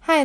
嗨，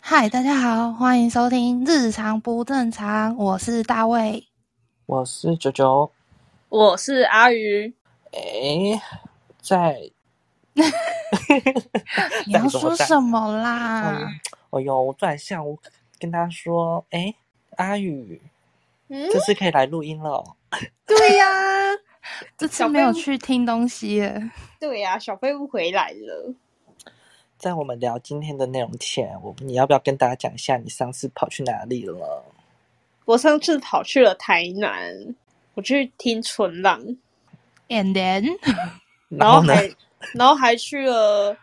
嗨，大家好，欢迎收听《日常不正常》，我是大卫。我是九九。我是阿鱼，诶，在你要干什么说干什么啦？嗯， 哎呦，我突然想，我跟他说，诶，阿宇，嗯，这次可以来录音了。对呀、这次小没有废物去听东西耶。对呀、小废物回来了。在我们聊今天的内容前，我你要不要跟大家讲一下你上次跑去哪里了？我上次跑去了台南，我去听纯浪， And then，然后呢？还 然后还去了，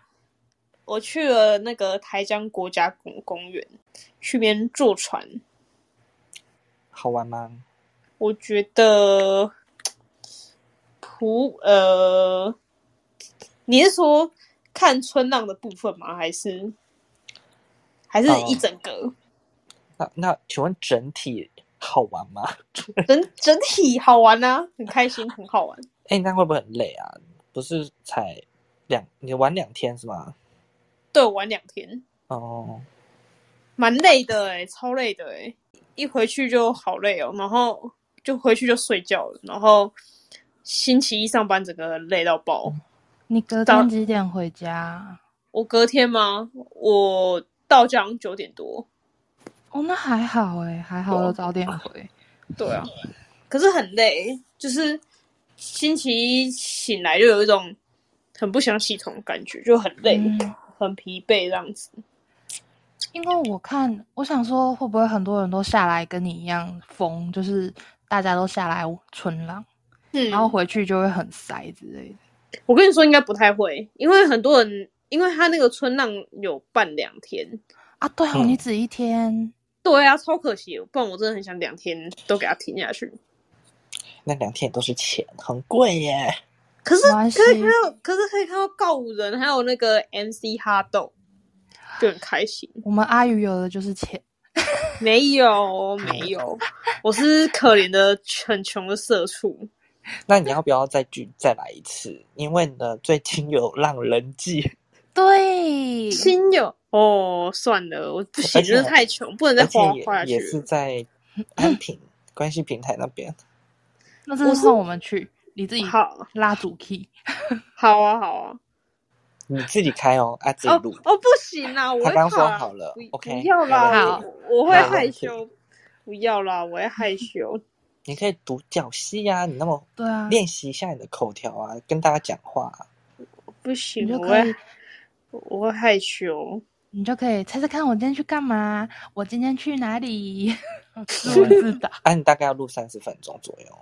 我去了那个台江国家公公园，去边坐船。好玩吗？我觉得普呃，你是说看春浪的部分吗？还是还是一整个？那那，请问整体好玩吗？整整体好玩啊，很开心，很好玩。诶，那会不会很累啊？不是才两，你玩两天是吗？对，我玩两天，哦，蛮累的哎、超累的哎、一回去就好累哦，然后就回去就睡觉了，然后星期一上班整个累到爆。你隔早天几点回家？我隔天吗？我到家好像九点多，哦，那还好哎，还好有早点回。对啊，可是很累，就是星期一醒来就有一种很不想起床的感觉，就很累，嗯很疲惫这样子。因为我看，我想说，会不会很多人都下来跟你一样疯，就是大家都下来春浪，嗯，然后回去就会很塞之类的。我跟你说，应该不太会，因为很多人，因为他那个春浪有办两天，啊，对哦，嗯你只一天，对啊，超可惜，不然我真的很想两天都给他停下去。那两天也都是钱，很贵耶。可是没关系可以看到，可是可以看到告五人，还有那个 MC 哈豆，就很开心。我们阿宇有的就是钱。没有，没有，我是可怜的、很穷的社畜。那你要不要再聚再来一次？因为呢，最近有让人记，对，亲友哦，算了，我不行，而且真的太穷，不能再而且花花下也去也是了。在安平关系平台那边。那这次送我们去，你自己好，拉主 key。好啊，好啊。你自己开哦，啊自己哦录。哦，不行啦，我会他刚说怕好了不，OK，不要没啦，问题我我会好害羞，不要啦，我会害羞。你可以读脚戏呀、你那么对啊，练习一下你的口条啊，跟大家讲话啊、不你行，就我可会以，我会害羞。你就可以猜猜看我今天去干嘛，我今天去哪 里， 自问自答。啊，你大概要录三十分钟左右，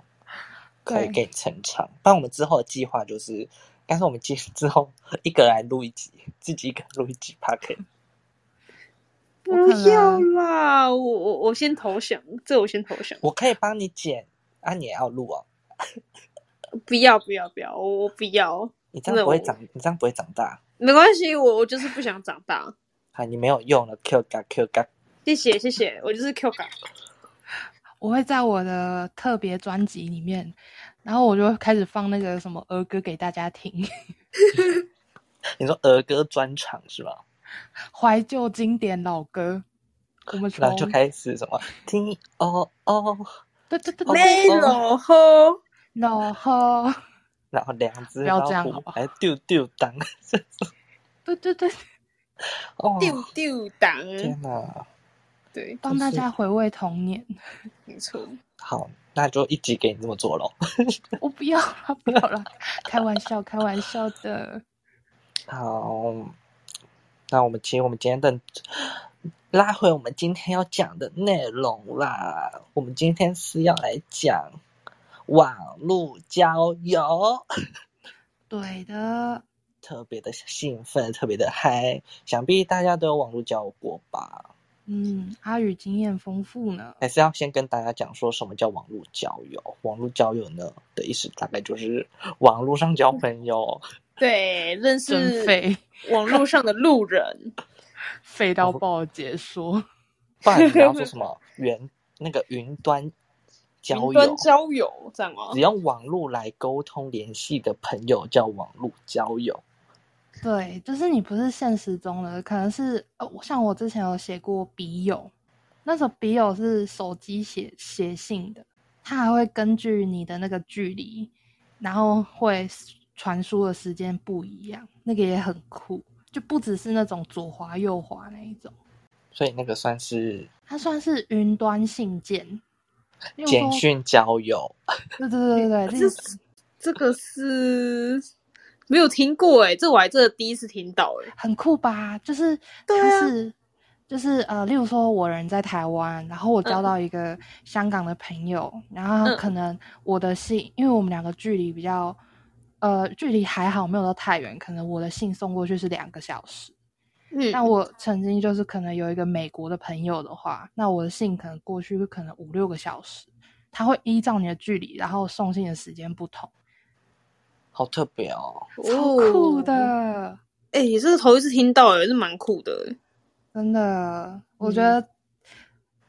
可以对给你撑场。不然我们之后的计划就是，但是我们计之后一个人来录一集，自己一个人录一集 p o c a 不我可能要啦，我我我先投降，这我先投降。我可以帮你剪，啊，你也要录哦。不要不要不要，我我不要，你这样不会长，你这样不会长大。没关系，我我就是不想长大。啊，你没有用了，Q 嘎 Q 嘎。谢谢谢谢，我就是 Q 感。我会在我的特别专辑里面，然后我就开始放那个什么儿歌给大家听，你说儿歌专场是吧？怀旧经典老歌。我们然从后就开始什么听哦哦，对对对哦对，没有哦吼，然后然后两只不要老这样好虎不好来丢丢当， 对对对，哦，丢丢档，天哪！对，帮大家回味童年。没错。好，那就一集给你这么做咯。我不要啦，不要啦，开玩笑，开玩笑的。好，那我们其实我们今天的拉回我们今天要讲的内容啦。我们今天是要来讲网络交友，对的，特别的兴奋，特别的嗨。想必大家都有网络交友过吧？嗯，阿宇经验丰富呢。还是要先跟大家讲说什么叫网络交友。网络交友呢的意思大概就是网络上交朋友，对，认真识废网络上的路 人，废哦到爆解说，不然你要说什 么云那个云端交云友端，交友这样吗只？用网络来沟通联系的朋友叫网络交友。对，就是你不是现实中的，可能是呃，我像我之前有写过笔友，那时候笔友是手机写写信的，它还会根据你的那个距离，然后会传输的时间不一样，那个也很酷，就不只是那种左滑右滑那一种，所以那个算是它算是云端信件，例如简说，讯交友，对对对对对，这是这个是没有听过哎、这我还真的第一次听到哎、很酷吧？就是对啊他是、就是呃，例如说我人在台湾，然后我交嗯到一个香港的朋友，然后嗯可能我的信，因为我们两个距离比较呃距离还好，没有到太远，可能我的信送过去是两个小时。嗯，那我曾经就是可能有一个美国的朋友的话，那我的信可能过去可能五六个小时，他会依照你的距离，然后送信的时间不同，好特别哦。超酷的。哦，哎、也是头一次听到哎、是蛮酷的欸、真的，我觉嗯得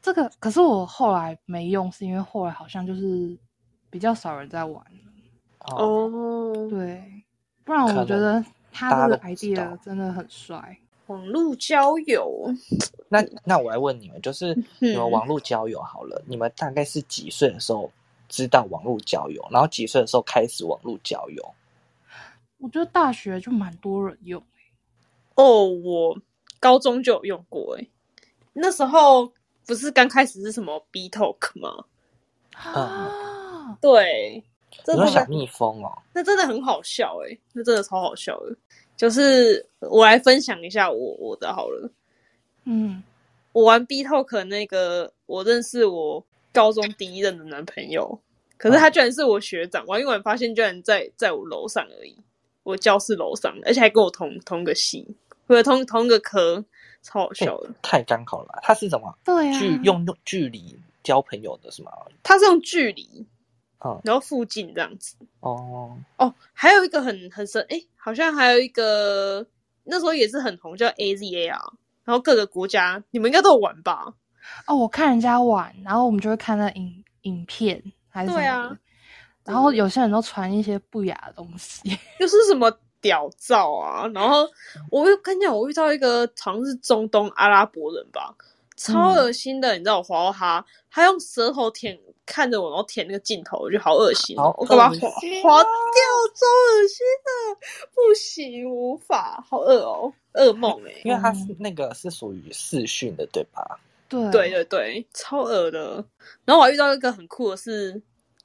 这个，可是我后来没用，是因为后来好像就是比较少人在玩了，哦，哦。对，不然可我觉得大他这家都个不知道 idea 真的很帅。网络交友，那那我来问你们，就是你们嗯网络交友好了，你们大概是几岁的时候知道网络交友，然后几岁的时候开始网络交友？我觉得大学就蛮多人用，哦，我高中就有用过哎、那时候不是刚开始是什么 B Talk 吗？嗯啊，对，你真说的小蜜蜂哦，那真的很好笑哎、那真的超好笑的。就是我来分享一下我我的好了， 嗯，我玩 B Talk 那个，我认识我高中第一任的男朋友，可是他居然是我学长，玩一玩发现居然在在我楼上而已，我教室楼上，而且还跟我同同个系，或者同同个科，超好笑的。太刚好了。他是怎么对啊啊呀、距用用距离交朋友的是吗？他是用距离，嗯，然后附近这样子。哦，哦，还有一个很很深，哎，好像还有一个那时候也是很红，叫 AZA 啊，然后各个国家你们应该都有玩吧？哦，我看人家玩，然后我们就会看那影影片还是什么对啊的，然后有些人都传一些不雅的东西， 就是什么屌照啊，然后我又跟你讲，我遇到一个好像是中东阿拉伯人吧，嗯超恶心的，你知道我滑到他，他用舌头舔看着我，然后舔那个镜头，我觉得好恶心哦，好我干嘛恶滑心哦滑掉，超恶心的，不行，无法，好恶哦，噩梦哎、因为他嗯是那个是属于视讯的，对吧？对对对对，超恶的。然后我还遇到一个很酷的是，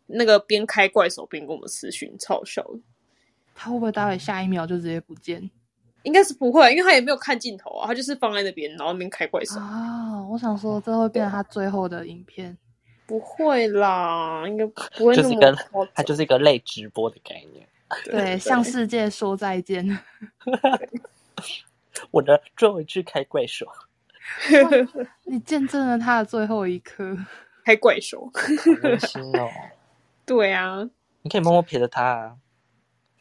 那个边开怪手边跟我们私讯，超好笑的。他会不会待会下一秒就直接不见？应该是不会，因为他也没有看镜头啊，他就是放在那边，然后那边开怪手。啊、我想嗯说这会变成他最后的影片。不会啦，应该不会就那是一么个夸张。它就是一个类直播的概念。对，向世界说再见。 我的最后一次开怪手，你见证了他的最后一刻。 开怪手。好温馨 哦！对啊，你可以默默陪着他啊，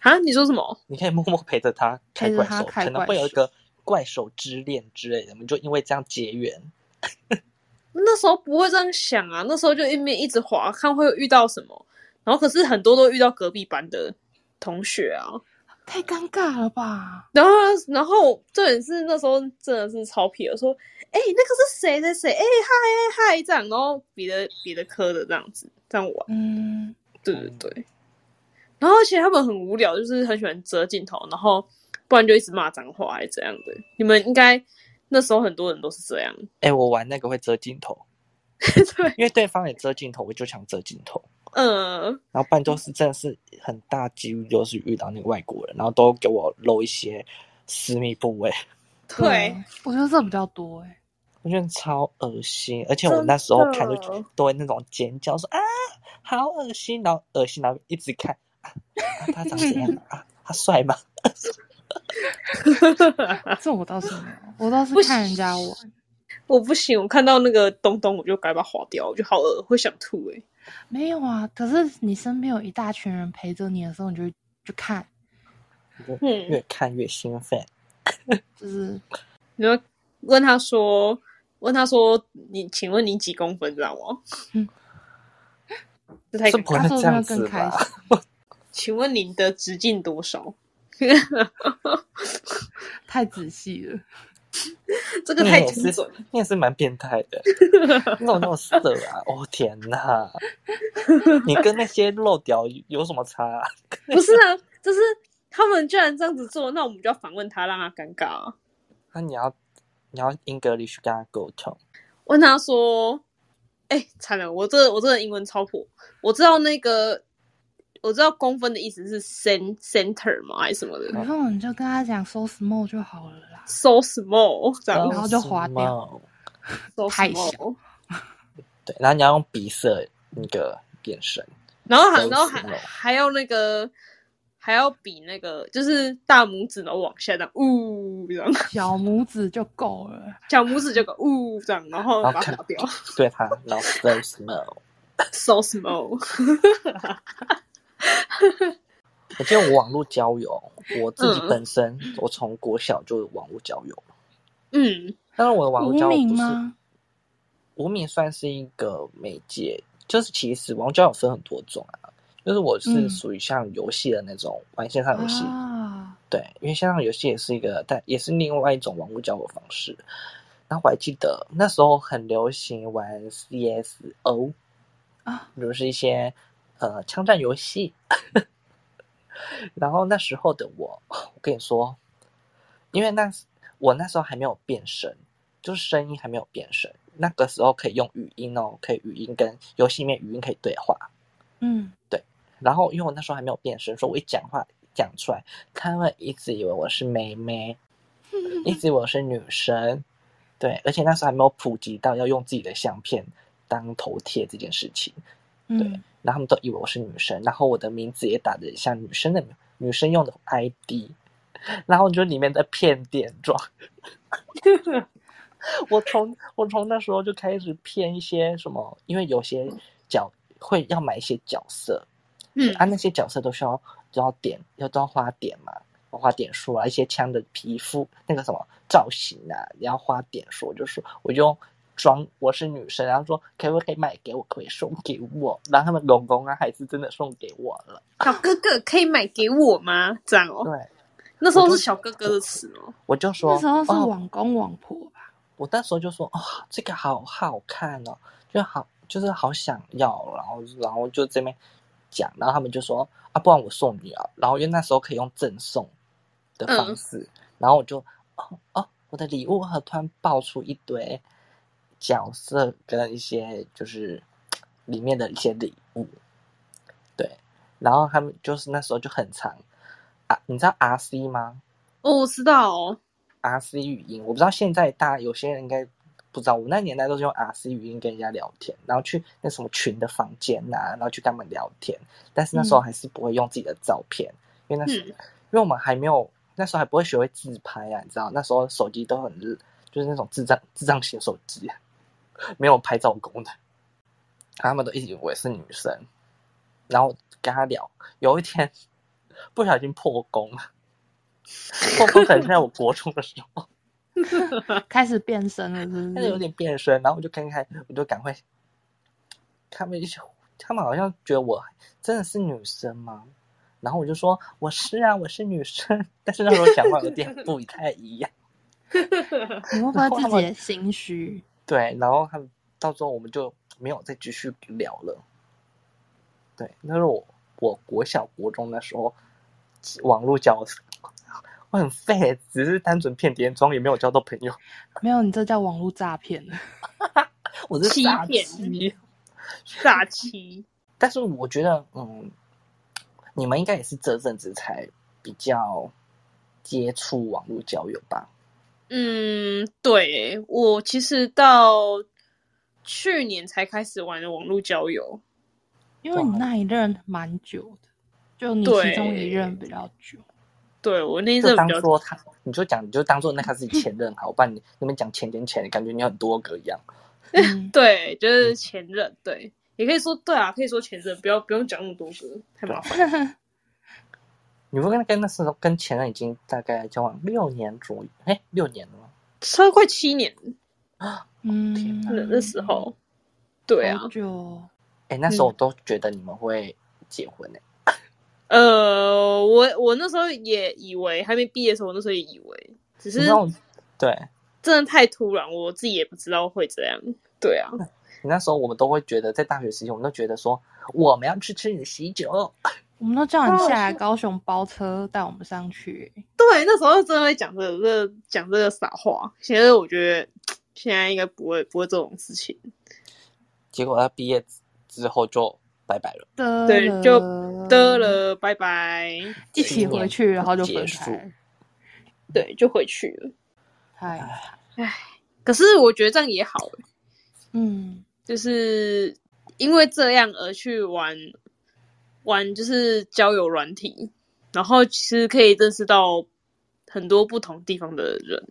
啊，你说什么？你可以默默陪着他开怪陪着手，他开怪手可能会有一个怪手之恋之类的，我们就因为这样结缘。那时候不会这样想啊，那时候就一面一直滑，看会遇到什么。然后可是很多都遇到隔壁班的同学啊，太尴尬了吧？然后，然后重点是那时候真的是超皮的，说，哎、那个是谁谁谁，哎、嗨嗨嗨，这样，然后别的别的科的这样子，这样玩，嗯，对哦对对。然后而且他们很无聊，就是很喜欢遮镜头，然后不然就一直骂脏话还是怎样的。你们应该那时候很多人都是这样，哎、我玩那个会遮镜 头，对，因为对方也遮镜头，我就想遮镜头。嗯，然后半都是真的是很大几率就是遇到那个外国人，然后都给我露一些私密部位，对，，啊啊我觉得这比较多哎、我觉得超恶心。而且我真那时候看的就都会那种尖叫说啊，好恶心，然后恶心，然后一直看啊，啊他长怎样啊？啊他帅吗？啊这我倒是没有，我倒 是不看人家玩。我不行，我看到那个东东我就该把它划掉，我就好饿，会想吐哎、没有啊，可是你身边有一大群人陪着你的时候，你就会去看，嗯，越看越兴奋。就是你要问他说，问他说，你请问你几公分，知道吗？嗯这太这尴不尬。他会说这要样更子开吧？心。请问您的直径多少？太仔细了，这个你太 也精嗯是准了。你也是蛮变态 的，露那么色啊！哦天哪，你跟那些露屌有什么差、啊？ 不是啊，就是他们居然这样子做，那我们就要反问他，让他尴尬、啊。那你要你要 English 跟他沟通，问他说：“哎、惨了，我这我这英文超破，我知道那个我知道公分的意思是 cent center 吗？还是什么然的后你就跟他讲 so small 就好了啦。 ？so small 这样然哦后就划掉 Oh, small。 so 太小 small，对，然后你要用鼻色那个眼神，然后还 so 然后还 small 还要那个。”还要比那个，就是大拇指然后往下这样，呜这样，小拇指就够了，小拇指这个呜这样，然后把然后它看打掉。对他，然后 so small。 so small，我记得我网络交友，我自己嗯本身、我从国小就有网络交友，嗯但是我的网络无交友名不是吗？无名算是一个媒介，就是其实网络交友分很多种啊，就是我是嗯属于像游戏的那种、玩线上游戏，啊，对，因为线上游戏也是一个，但也是另外一种网络交友方式。然后我还记得那时候很流行玩 CSO 啊，比如是一些呃枪战游戏。 然后那时候的我，我跟你说，因为那我那时候还没有变声，就是声音还没有变声。那个时候可以用语音哦，可以语音跟游戏里面语音可以对话。嗯，然后因为我那时候还没有变声，所以我一讲话讲出来，他们一直以为我是妹妹，一直以为我是女生。对，而且那时候还没有普及到要用自己的相片当头贴这件事情，嗯，然后他们都以为我是女生，然后我的名字也打的像女生的女生用的 ID，然后就里面在骗点状。我从我从那时候就开始骗一些什么，因为有些角会要买一些角色，嗯啊，那些角色都需要都要点，要都要花点嘛，花点数啊，一些枪的皮肤那个什么造型啊，也要花点数。我就说，我就装我是女生，然后说可不可以买给我，可不可以送给我？然后他们公公啊，还是真的送给我了。小哥哥可以买给我吗？这样哦，对，那时候是小哥哥的词哦。我就说，那时候是哦，网公网婆吧？我那时候就说，哦，这个好好看哦，就好就是好想要，哦然后然后就这边讲，然后他们就说啊，不然我送你啊，然后因为那时候可以用赠送的方式，然后我就哦哦，我的礼物盒突然爆出一堆角色跟一些就是里面的一些礼物，对，然后他们就是那时候就很长啊，你知道 RC 吗？哦，我知道哦， RC 语音，我不知道现在大家有些人应该不知道，我那年代都是用 RC 语音跟人家聊天，然后去那什么群的房间呐、然后去跟他们聊天。但是那时候还是不会用自己的照片，因为那时候、因为我们还没有那时候还不会学会自拍啊，你知道那时候手机都很就是那种智障智障型手机，啊没有拍照功能。他们都一直以为我是女生，然后跟他聊，有一天不小心破功了，破功可能是在我国中的时候。开始变身了，是不但是有是？点变身，然后我就看看，我就赶快，他们一起他们好像觉得我真的是女生吗？然后我就说我是啊，我是女生，但是那时候讲话有 点不太一样。你会不会自己也心虚？对，然后他们到时候我们就没有再继续聊了。对，那是我我国小国中的时候网络交友，我很废，只是单纯骗别人，装也没有交到朋友。没有，你这叫网络诈骗。我是欺傻骗逼。傻七。但是我觉得，嗯，你们应该也是这阵子才比较接触网络交友吧？ 嗯，对我其实到去年才开始玩的网络交友， 因为你那一任蛮久的，就你其中一任比较久，对我那一就阵比当较做他，你就讲，你就当做那他是前任好，不然你你们讲前前前，感觉你很多个一样。嗯对，就是前任，对，也可以说对啊，可以说前任，不要不用讲那么多个，太麻烦。 你不跟跟那时候跟前任已经大概交往六年左右，哎，六年了吗？差快七年了天嗯，哪那那时候，对啊嗯好，久哦哎，那时嗯候我都觉得你们会结婚欸呢、呃，我我那时候也以为还没毕业的时候，我那时候也以为，只是你知道我，对真的太突然，我自己也不知道会这样。对啊，你那时候我们都会觉得，在大学时期，我们都觉得说我们要去吃你的喜酒，我们都叫你哦下来是高雄包车带我们上去，对，啊那时候真的会讲这个这个讲这个傻话。现在我觉得现在应该不会不会这种事情。结果他毕业之后就拜拜了。得对了就得，了，拜拜。一起回去，然后就分结束开，对，就回去了。太可是我觉得这样也好、欸，嗯就是因为这样而去玩玩，就是交友软体，然后其实可以认识到很多不同地方的人，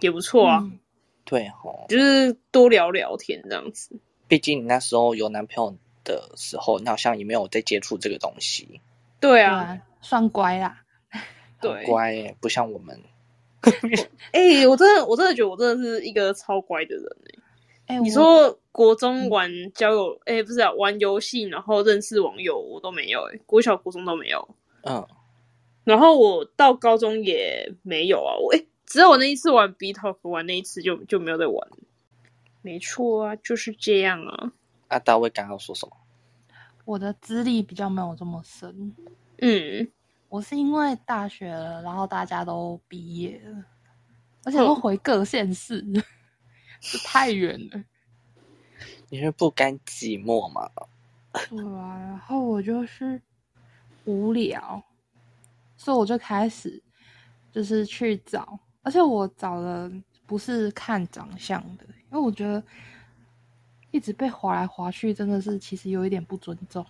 也不错啊。嗯对哦，就是多聊聊天这样子。毕竟你那时候有男朋友的时候，你好像也没有在接触这个东西，对对啊，啊，算乖啦，对，乖耶，不像我们。哎、我真的，我真的觉得我真的是一个超乖的人、欸。哎，你我说国中玩交友，哎、不是啊，玩游戏，然后认识网友，我都没有、欸，国小、国中都没有。嗯，然后我到高中也没有啊，我哎、只有我那一次玩 B Talk 玩那一次就就没有再玩了。没错啊，就是这样啊。阿大卫刚刚说什么？我的资历比较没有这么深，嗯，我是因为大学了，然后大家都毕业了，而且都嗯回各县市，这太远了。你是不甘寂寞吗？ 对啊，然后我就是无聊，所以我就开始就是去找，而且我找的不是看长相的，因为我觉得一直被划来划去，真的是其实有一点不尊重。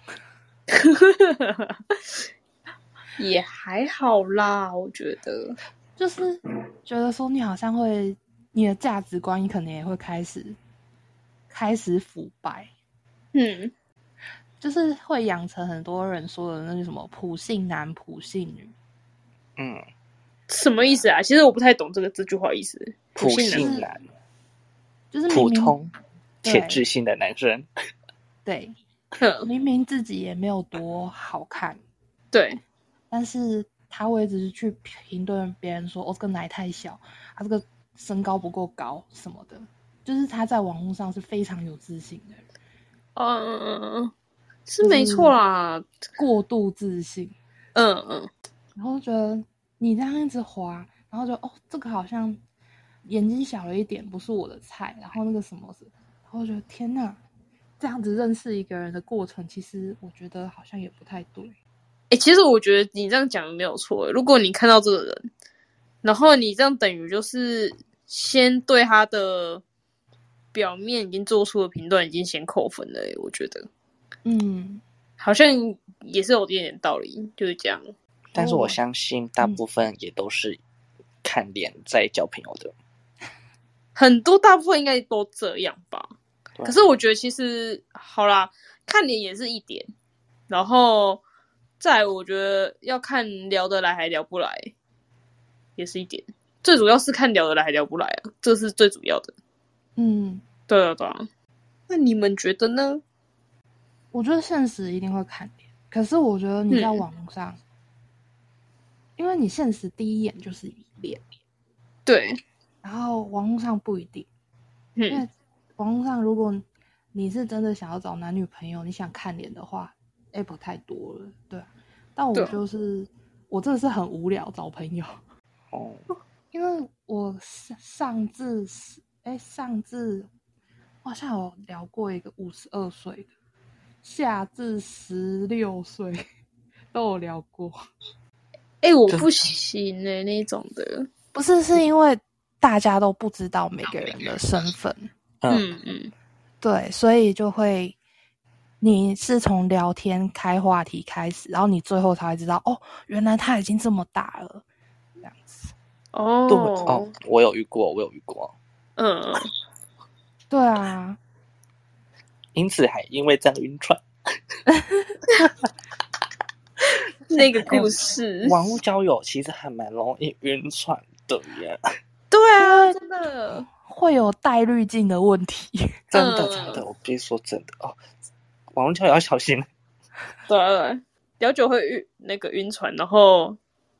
也还好啦，我觉得。就是觉得说你好像会，你的价值观你可能也会开始开始腐败，嗯，就是会养成很多人说的那些什么普信男、普信女，嗯，什么意思啊？其实我不太懂这个这句话意 思。普人信男，就是明普明通且对自信的男生。对，哼，明明自己也没有多好看，对，但是他会一直去评论别人说哦这个奶太小，啊他这个身高不够高什么的，就是他在网络上是非常有自信的人，嗯，是没错啦。过度自信。嗯嗯，然后觉得你这样一直滑，然后就哦，这个好像眼睛小了一点，不是我的菜。然后那个什么是，然后我觉得天呐，这样子认识一个人的过程，其实我觉得好像也不太对。哎、其实我觉得你这样讲没有错。如果你看到这个人，然后你这样等于就是先对他的表面已经做出的评断已经先扣分了、欸，我觉得嗯，好像也是有一点点道理，就是这样。但是我哦相信大部分也都是看脸在交朋友的。很多大部分应该都这样吧。对啊可是我觉得其实好啦，看脸也是一点，然后再来我觉得要看聊得来还聊不来，也是一点。最主要是看聊得来还聊不来啊，这是最主要的。嗯，对啊，对啊。那你们觉得呢？我觉得现实一定会看脸，可是我觉得你在嗯网络上，因为你现实第一眼就是一脸，对，然后网络上不一定。因嗯为网络上如果你是真的想要找男女朋友，你想看脸的话，app 太多了，对啊、但我对就是我真的是很无聊找朋友， 哦，因为我上上至哎上至我好像有聊过一个五十二岁的，下至十六岁 都有聊过，哎、我真的不行哎、那一种的。不是是因为大家都不知道每个人的身份。嗯，嗯嗯，对，所以就会，你是从聊天开话题开始，然后你最后才会知道，哦，原来他已经这么大了，哦，对哦，我有遇过，我有遇过， 嗯，对啊，因此还因为这样晕船。那个故事，网络交友其实还蛮容易晕船的耶，对啊，真的，会有带滤镜的问题。 真的嗯真的，我必须说真的哦，网络交友要小心。对啊，聊久会晕那个晕船，然后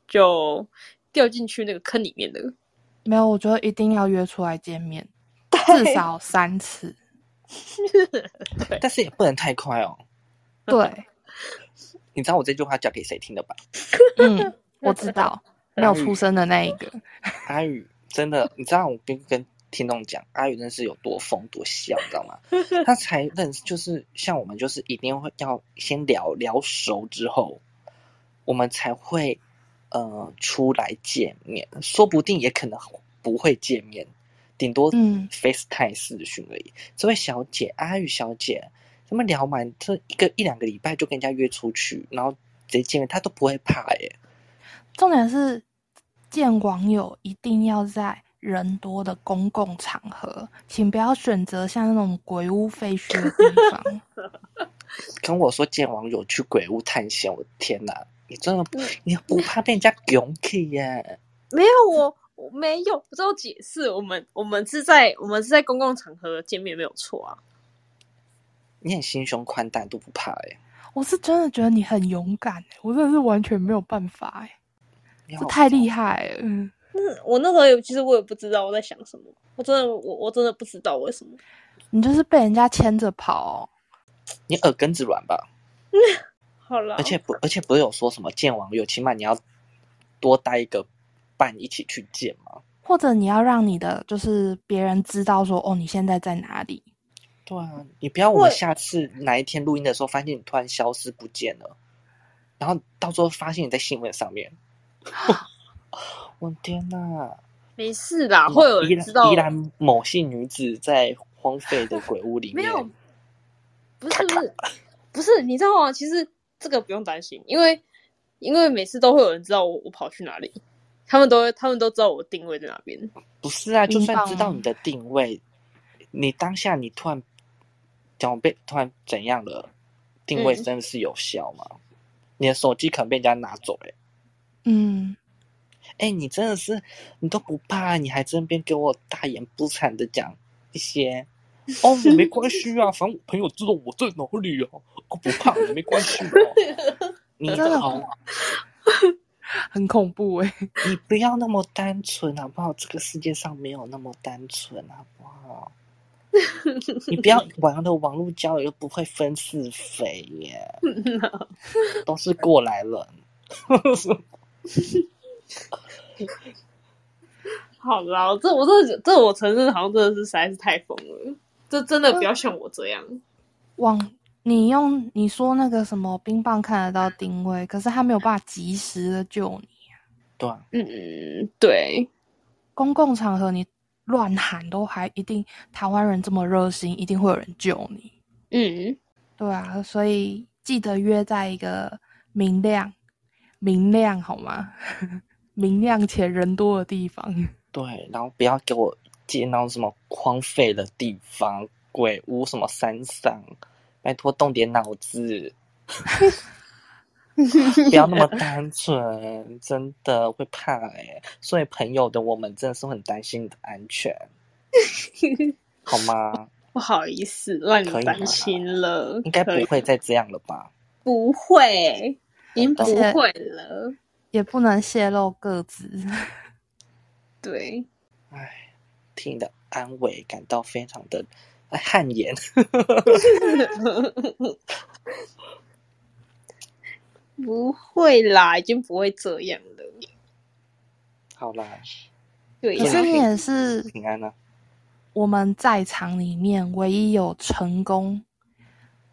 就掉进去那个坑里面的。没有，我觉得一定要约出来见面，至少三次。但是也不能太快哦。对，你知道我这句话讲给谁听的吧？嗯，我知道，没有出生的那一个。阿宇真的，你知道我跟跟听众讲，阿宇认识有多疯多笑，你知道吗？他才认识，就是像我们，就是一定会要先聊聊熟之后，我们才会呃出来见面，说不定也可能不会见面，顶多嗯 FaceTime 视讯而已。这位小姐，阿宇小姐，他们聊满这一个一两个礼拜就跟人家约出去，然后直接见面，她都不会怕耶、重点是见网友一定要在人多的公共场合，请不要选择像那种鬼屋废墟的地方。跟我说见网友去鬼屋探险，我的天哪！你真的不嗯你不怕被人家拱起耶？没有我，我没有，不知道解释。我们我们是在我们是在公共场合见面，没有错啊。你很心胸宽大都不怕哎，我是真的觉得你很勇敢、欸我真的是完全没有办法、欸，你这好太厉害了。嗯，那我那时候有，其实我也不知道我在想什么，我真的我我真的不知道为什么。你就是被人家牵着跑、哦。你耳根子软吧？好了，而且哦不，而且不是有说什么见网友，起码你要多带一个伴一起去见嘛？或者你要让你的就是别人知道说哦你现在在哪里，对啊，你不要我们对下次哪一天录音的时候，发现你突然消失不见了，然后到时候发现你在新闻上面。 我的天哪！没事啦，会有依人然知道依。然某姓女子在荒废的鬼屋里没面，有，不是不是不是，你知道吗？其实这个不用担心，因为因为每次都会有人知道我我跑去哪里，他们都会他们都知道我定位在哪边。不是啊，就英算镑知道吗你的定位，你当下你突然讲我被突然怎样了，定位嗯真的是有效吗？你的手机可能被人家拿走、欸，哎嗯，哎，你真的是你都不怕，啊你还真边给我大言不惭的讲一些。哦，没关系啊，反正我朋友知道我在哪里啊，哦，不怕，没关 系、哦。你哦真的好很恐怖哎、你不要那么单纯好不好？这个世界上没有那么单纯好不好？你不要玩的网络交友又不会分是非耶，都是过来人。 好啦，我这我这这我承认，好像真的是实在是太疯了。这真的不要像我这样， 往你用你说那个什么冰棒看得到定位，可是他没有办法及时的救你。对啊，嗯，对，公共场合你乱喊都还一定，台湾人这么热心，一定会有人救你。嗯，对啊，所以记得约在一个明亮、明亮好吗？ 明亮且人多的地方。 对，然后不要给我进到什么荒废的地方、鬼屋、什么山上，拜托动点脑子， 不要那么单纯，真的会怕哎、作为朋友的我们，真的是很担心你的安全，好吗？不好意思让可你以吗担心了，应该不可以会再这样了吧？不会，已经不而且会了，也不能泄露各自。对，唉，替你的安危感到非常的哎汗颜。 不会啦，已经不会这样了，好啦，对可呀是你也是平安啊！我们在场里面唯一有成功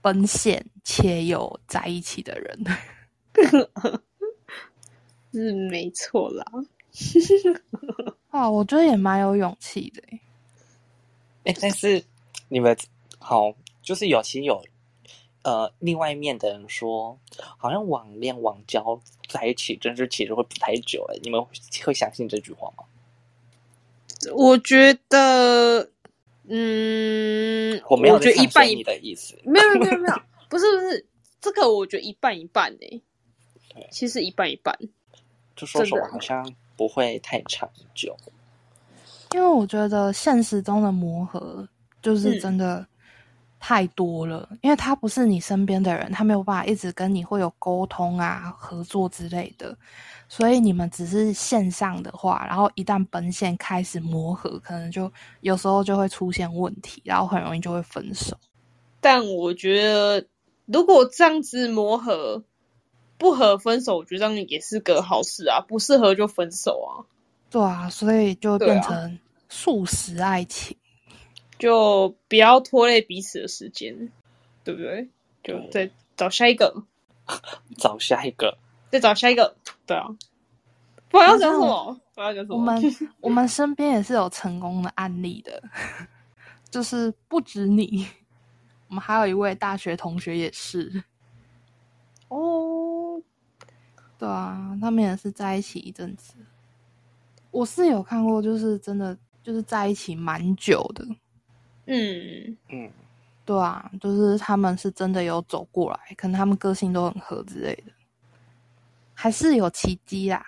奔现且有在一起的人。 是没错啦，哇，我觉得也蛮有勇气的欸。哎、但是你们好，就是有其实有呃另外一面的人说，好像网恋网交在一起，真是其实会不太久哎、你们会相信这句话吗？我觉得，嗯，我没有我觉在得一唱半衰一你的意思。没有没有没有，不是不是，这个我觉得一半一半诶、对其实一半一半。就说真实的话，好像不会太长久。因为我觉得现实中的磨合就是嗯真的太多了，因为他不是你身边的人，他没有办法一直跟你会有沟通啊、合作之类的，所以你们只是线上的话，然后一旦本线开始磨合，可能就有时候就会出现问题，然后很容易就会分手。但我觉得，如果这样子磨合不合分手，我觉得这样也是个好事啊。不适合就分手啊，对啊，所以就对啊变成素食爱情。就不要拖累彼此的时间，对不对？就再找下一个，找下一个，再找下一个，对啊。我要讲什那么？我 要讲什么？我们我们身边也是有成功的案例的， 就是不止你，我们还有一位大学同学也是，哦，对啊，他们也是在一起一阵子。我是有看过，就是真的就是在一起蛮久的，嗯，嗯，对啊，就是他们是真的有走过来，可能他们个性都很合之类的，还是有奇迹啦。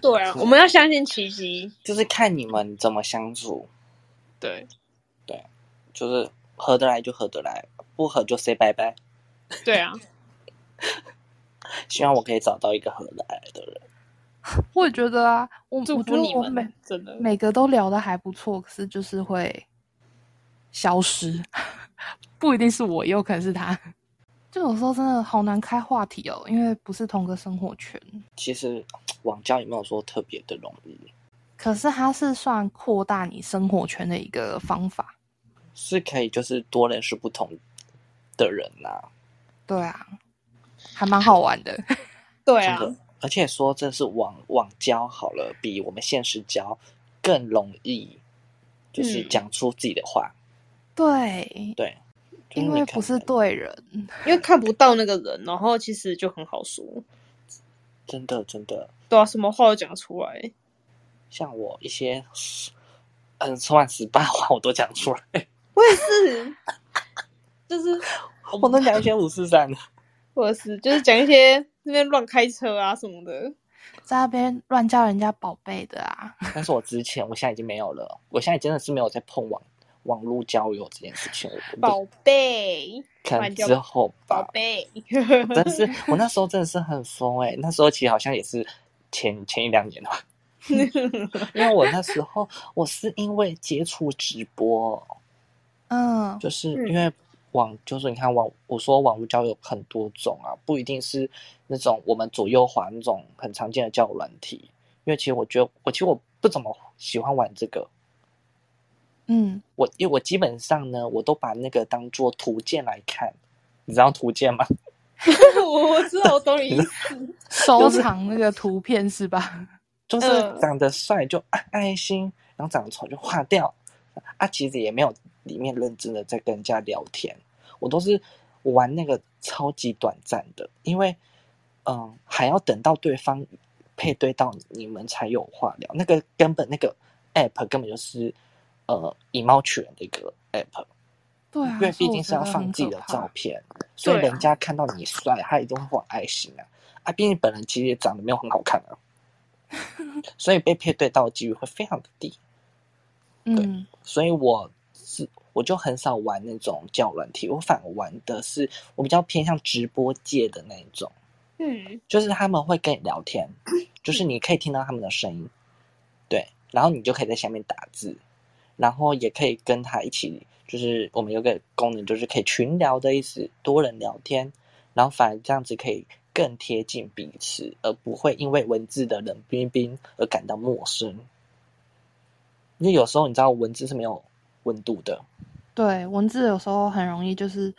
对啊，我们要相信奇迹。就是看你们怎么相处，对就是合得来就合得来，不合就 say 拜拜。对啊，希望我可以找到一个合得来的人。我也觉得啊，我祝我觉福得你我每们，真的。每个都聊的还不错，可是就是会消失， 不一定是我，也有可能是他。就有时候真的好难开话题哦，因为不是同个生活圈。其实网交也没有说特别的容易，可是它是算扩大你生活圈的一个方法，是可以就是多认识不同的人呐、对啊，还蛮好玩的。 对真啊，的。而且说真是网网交好了，比我们现实交更容易，就是嗯讲出自己的话。对，对，就是因你为可不是能对人，因为看不到那个人，然后其实就很好说，真的真的，对啊，什么话都讲得出来。 像我一些嗯，说完十八话我都讲出来， 我也是，就是我都讲一些五四三的。我也是，就是讲一些那边乱开车啊什么的。在那边乱叫人家宝贝的啊，但是我之前，我现在已经没有了，我现在真的是没有在碰网网络交友这件事情，我宝不贝，可玩能交之后宝吧。贝，啊真的是，我那时候真的是很疯哎、那时候其实好像也是前前一两年吧，因为我那时候我是因为接触直播，嗯，就是因为网，就是你看网，我说网络交友很多种啊，不一定是那种我们左右滑那种很常见的交友软体，因为其实我觉得我其实我不怎么喜欢玩这个， 嗯，我因为我基本上呢，我都把那个当做图鉴来看，你知道图鉴吗？我我知道，我懂你意 思。收藏那个图片是吧？ 就是嗯长得帅就按爱心，然后长得丑就划掉。啊，其实也没有里面认真的在跟人家聊天，我都是玩那个超级短暂的，因为嗯还要等到对方配对到你们才有话聊，那个根本那个 app 根本就是呃以貌取人的一个 app，对啊，因为所以我毕竟觉是要得放很自己可的怕照片，所以对啊人家看到你帅，他一定会画爱心啊。啊，毕竟本人其实也长得没有很好看啊，所以被配对到的几率会非常的低。嗯，所以我是我就很少玩那种交友软体，我反而玩的是我比较偏向直播界的那一种， 嗯，就是他们会跟你聊天，就是你可以听到他们的声音，对，然后你就可以在下面打字，然后也可以跟他一起，就是我们有个功能就是可以群聊的意思，多人聊天，然后反而这样子可以更贴近彼此，而不会因为文字的冷冰冰而感到陌生。因为有时候你知道文字是没有温度的，对，文字有时候很容易就是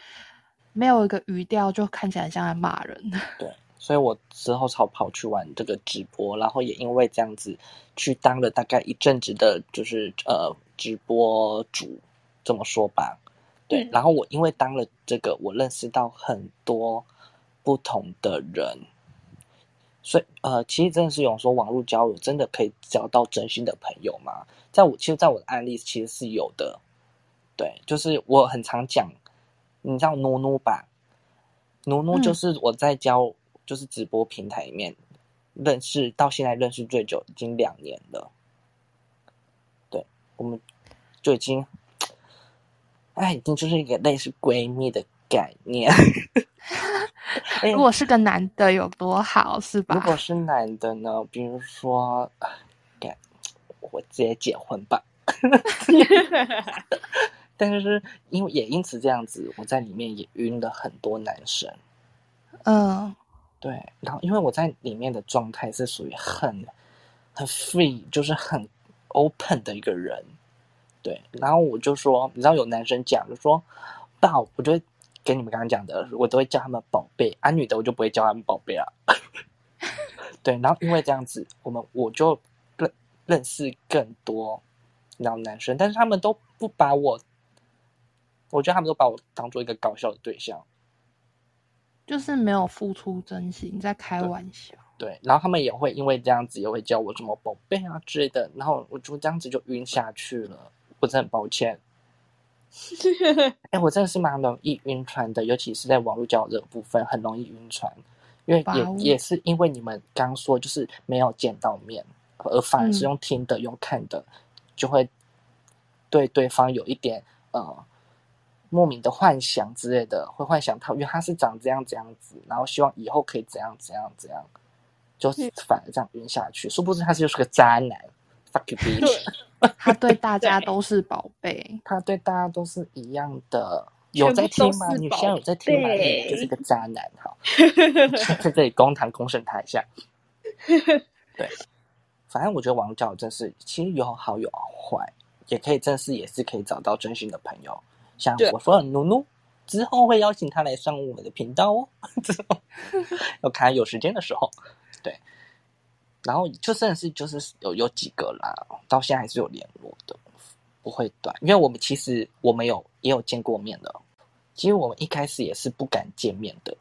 没有一个语调，就看起来像在骂人。 对，所以我之后才跑去玩这个直播，然后也因为这样子去当了大概一阵子的，就是呃直播主，这么说吧，对。嗯然后我因为当了这个，我认识到很多不同的人，所以呃，其实真的是有人说网络交友真的可以交到真心的朋友吗？在我其实，在我的案例其实是有的，对，就是我很常讲，你知道努努吧？努努就嗯是我在教，就是直播平台里面认识到现在认识最久，已经两年了。对，我们就已经，哎，已经就是一个类似闺蜜的概念。 哎如果是个男的有多好，是吧如？果是男的呢？比如说，啊干我直接结婚吧。 但是因为也因此这样子，我在里面也晕了很多男生。嗯，对，然后因为我在里面的状态是属于很很 free，就是很 open 的一个人。对，然后我就说，你知道有男生讲，就说宝，我就会跟你们刚刚讲的，我都会叫他们宝贝，啊，女的我就不会叫他们宝贝了。 对，然后因为这样子，我们我就认认识更多然后男生，但是他们都不把我，我觉得他们都把我当做一个搞笑的对象。就是没有付出真心，在开玩笑。对，然后他们也会因为这样子，也会叫我什么宝贝啊之类的，然后我就这样子就晕下去了，我真的很抱歉。哎，我真的是蛮容易晕船的，尤其是在网络交友这个部分，很容易晕船，因为哇也哦也是因为你们刚说就是没有见到面，而反而是嗯用听的、用看的，就会对对方有一点呃莫名的幻想之类的，会幻想他，因为他是长这样这样子，然后希望以后可以怎样怎样怎样，嗯就是反而这样晕下去，殊不知他就是个渣男，fuck you bitch。他对大家都是宝贝，他对大家都是一样的。全有部在听吗都？是你宝现在有在听吗？贝你就是个渣男，好， 在这里公堂公审他一下。对，反正我觉得网络交友真是，其实有好有坏，也可以正式，也是可以找到真心的朋友。像对我说的努努，之后会邀请他来上我们的频道哦， 之后要看他有时间的时候。对，然后就算是就是有有几个啦，到现在还是有联络的，不会断，因为我们其实我们有也有见过面的，哦其实我们一开始也是不敢见面的，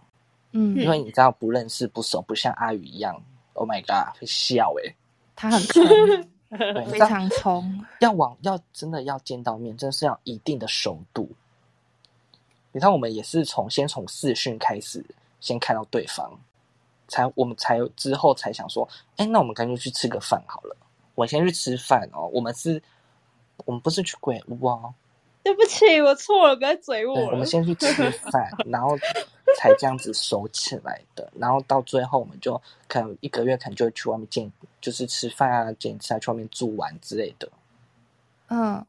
嗯，因为你知道不认识不熟，不像阿宇一样，Oh my god 会笑欸诶、他 很冲，对，你非知道常冲。要往要真的要见到面，真是要一定的熟度。你看，我们也是从先从视讯开始，先看到对方，才我们才之后才想说，哎，那我们干脆去吃个饭好了。我先去吃饭哦，我们是，我们不是去鬼屋哦，对不起，我错了，不要嘴对，我我了们。先去吃 饭，然后才这样子熟起来的。然后到最后，我们就可能一个月可能就会去外面见，就是吃饭啊、见一次啊、去外面住玩之类的。嗯，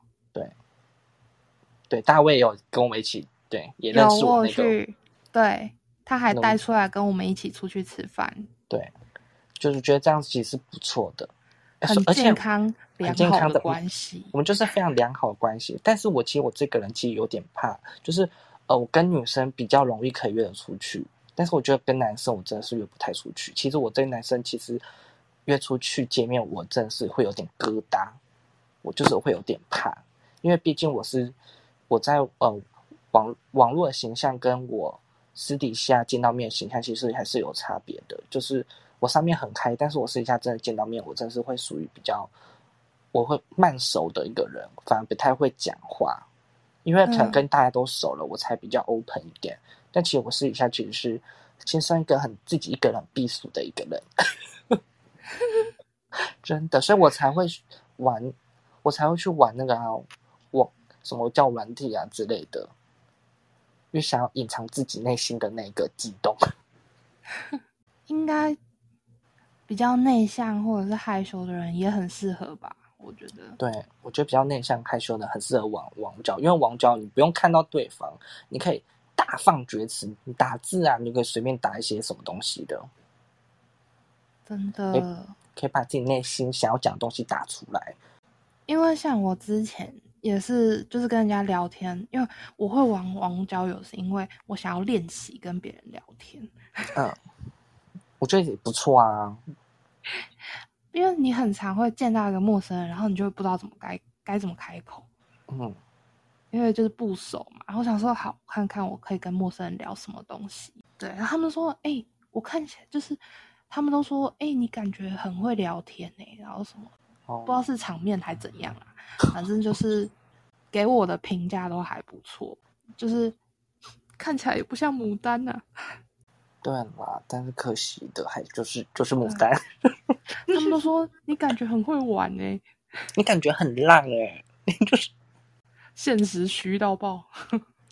对，大卫也有跟我们一起，对，也认有识我我有那个，去，对，他还那我带出来跟我们一起出去吃饭，对，就是觉得这样其实是不错的，而很且哎而且健康良很健好康的关系。我们就是非常良好的关系。但是我其实我这个人其实有点怕，就是呃，我跟女生比较容易可以约得出去，但是我觉得跟男生我真的是约不太出去。其实我对男生其实约出去见面，我真的是会有点疙瘩，我就是会有点怕，因为毕竟我是我在呃网网络的形象跟我私底下见到面的形象其实还是有差别的，就是。我上面很开，但是我私底下真的见到面，我真是会属于比较，我会慢熟的一个人，反而不太会讲话，因为可能嗯跟大家都熟了，我才比较 open 一点。但其实我私底下其实是先算一个很自己一个人避暑的一个人， 真的，所以我才会玩，我才会去玩那个啊，我什么叫软体啊之类的，因为想要隐藏自己内心的那个激动。 应该比较内向或者是害羞的人也很适合吧，我觉得。对，我觉得比较内向害羞的很适合网网交，因为网交你不用看到对方，你可以大放厥词，你打字啊，你就可以随便打一些什么东西的，真的，可以把自己内心想要讲的东西打出来。因为像我之前也是，就是跟人家聊天，因为我会玩网络交友，是因为我想要练习跟别人聊天，嗯我觉得也不错啊。因为你很常会见到一个陌生人，然后你就会不知道怎么该该怎么开口，嗯，因为就是不熟嘛。然后想说好看看我可以跟陌生人聊什么东西，对。然后他们说，哎、我看起来就是他们都说，哎、你感觉很会聊天呢、然后什么，哦不知道是场面还怎样啊，反正就是给我的评价都还不错，就是看起来也不像牡丹啊呐、对啦，但是可惜的还就是就是啊牡丹， 他们都说你感觉很会玩欸呢、你感觉很浪哎、现实虚到爆。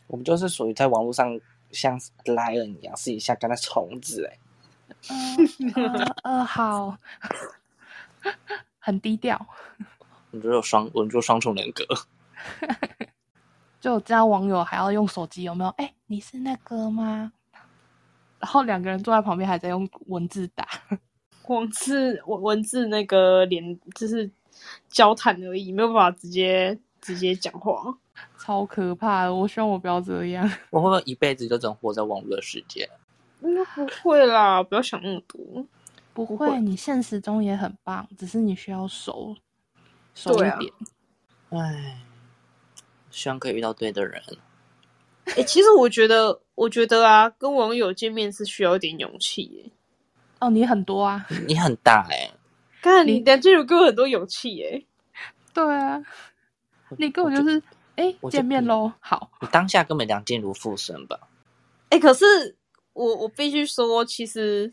我们就是属于在网络上像 lion 一样，试啊一下跟那虫子哎、呃呃 呃，好，很低调。我们就有双，我们就双重人格。就我加网友还要用手机，有没有？哎、你是那个吗？然后两个人坐在旁边还在用文字打，光是文文字那个连就是交谈而已，没有办法直接直接讲话。超可怕的。我希望我不要这样。我会不会一辈子就只能活在网络的世界？应该不会啦，不要想那么多。不不会，会你现实中也很棒，只是你需要熟熟一对啊点。唉，希望可以遇到对的人。哎、其实我觉得，我觉得啊，跟网友见面是需要一点勇气耶。哦，你很多啊，你很大哎、看你你感觉有给我很多勇气耶。对 啊，你跟我我就觉是哎、我觉见面嗯喽，好，你当下根本梁静茹附身吧？哎、可是我我必须说，其实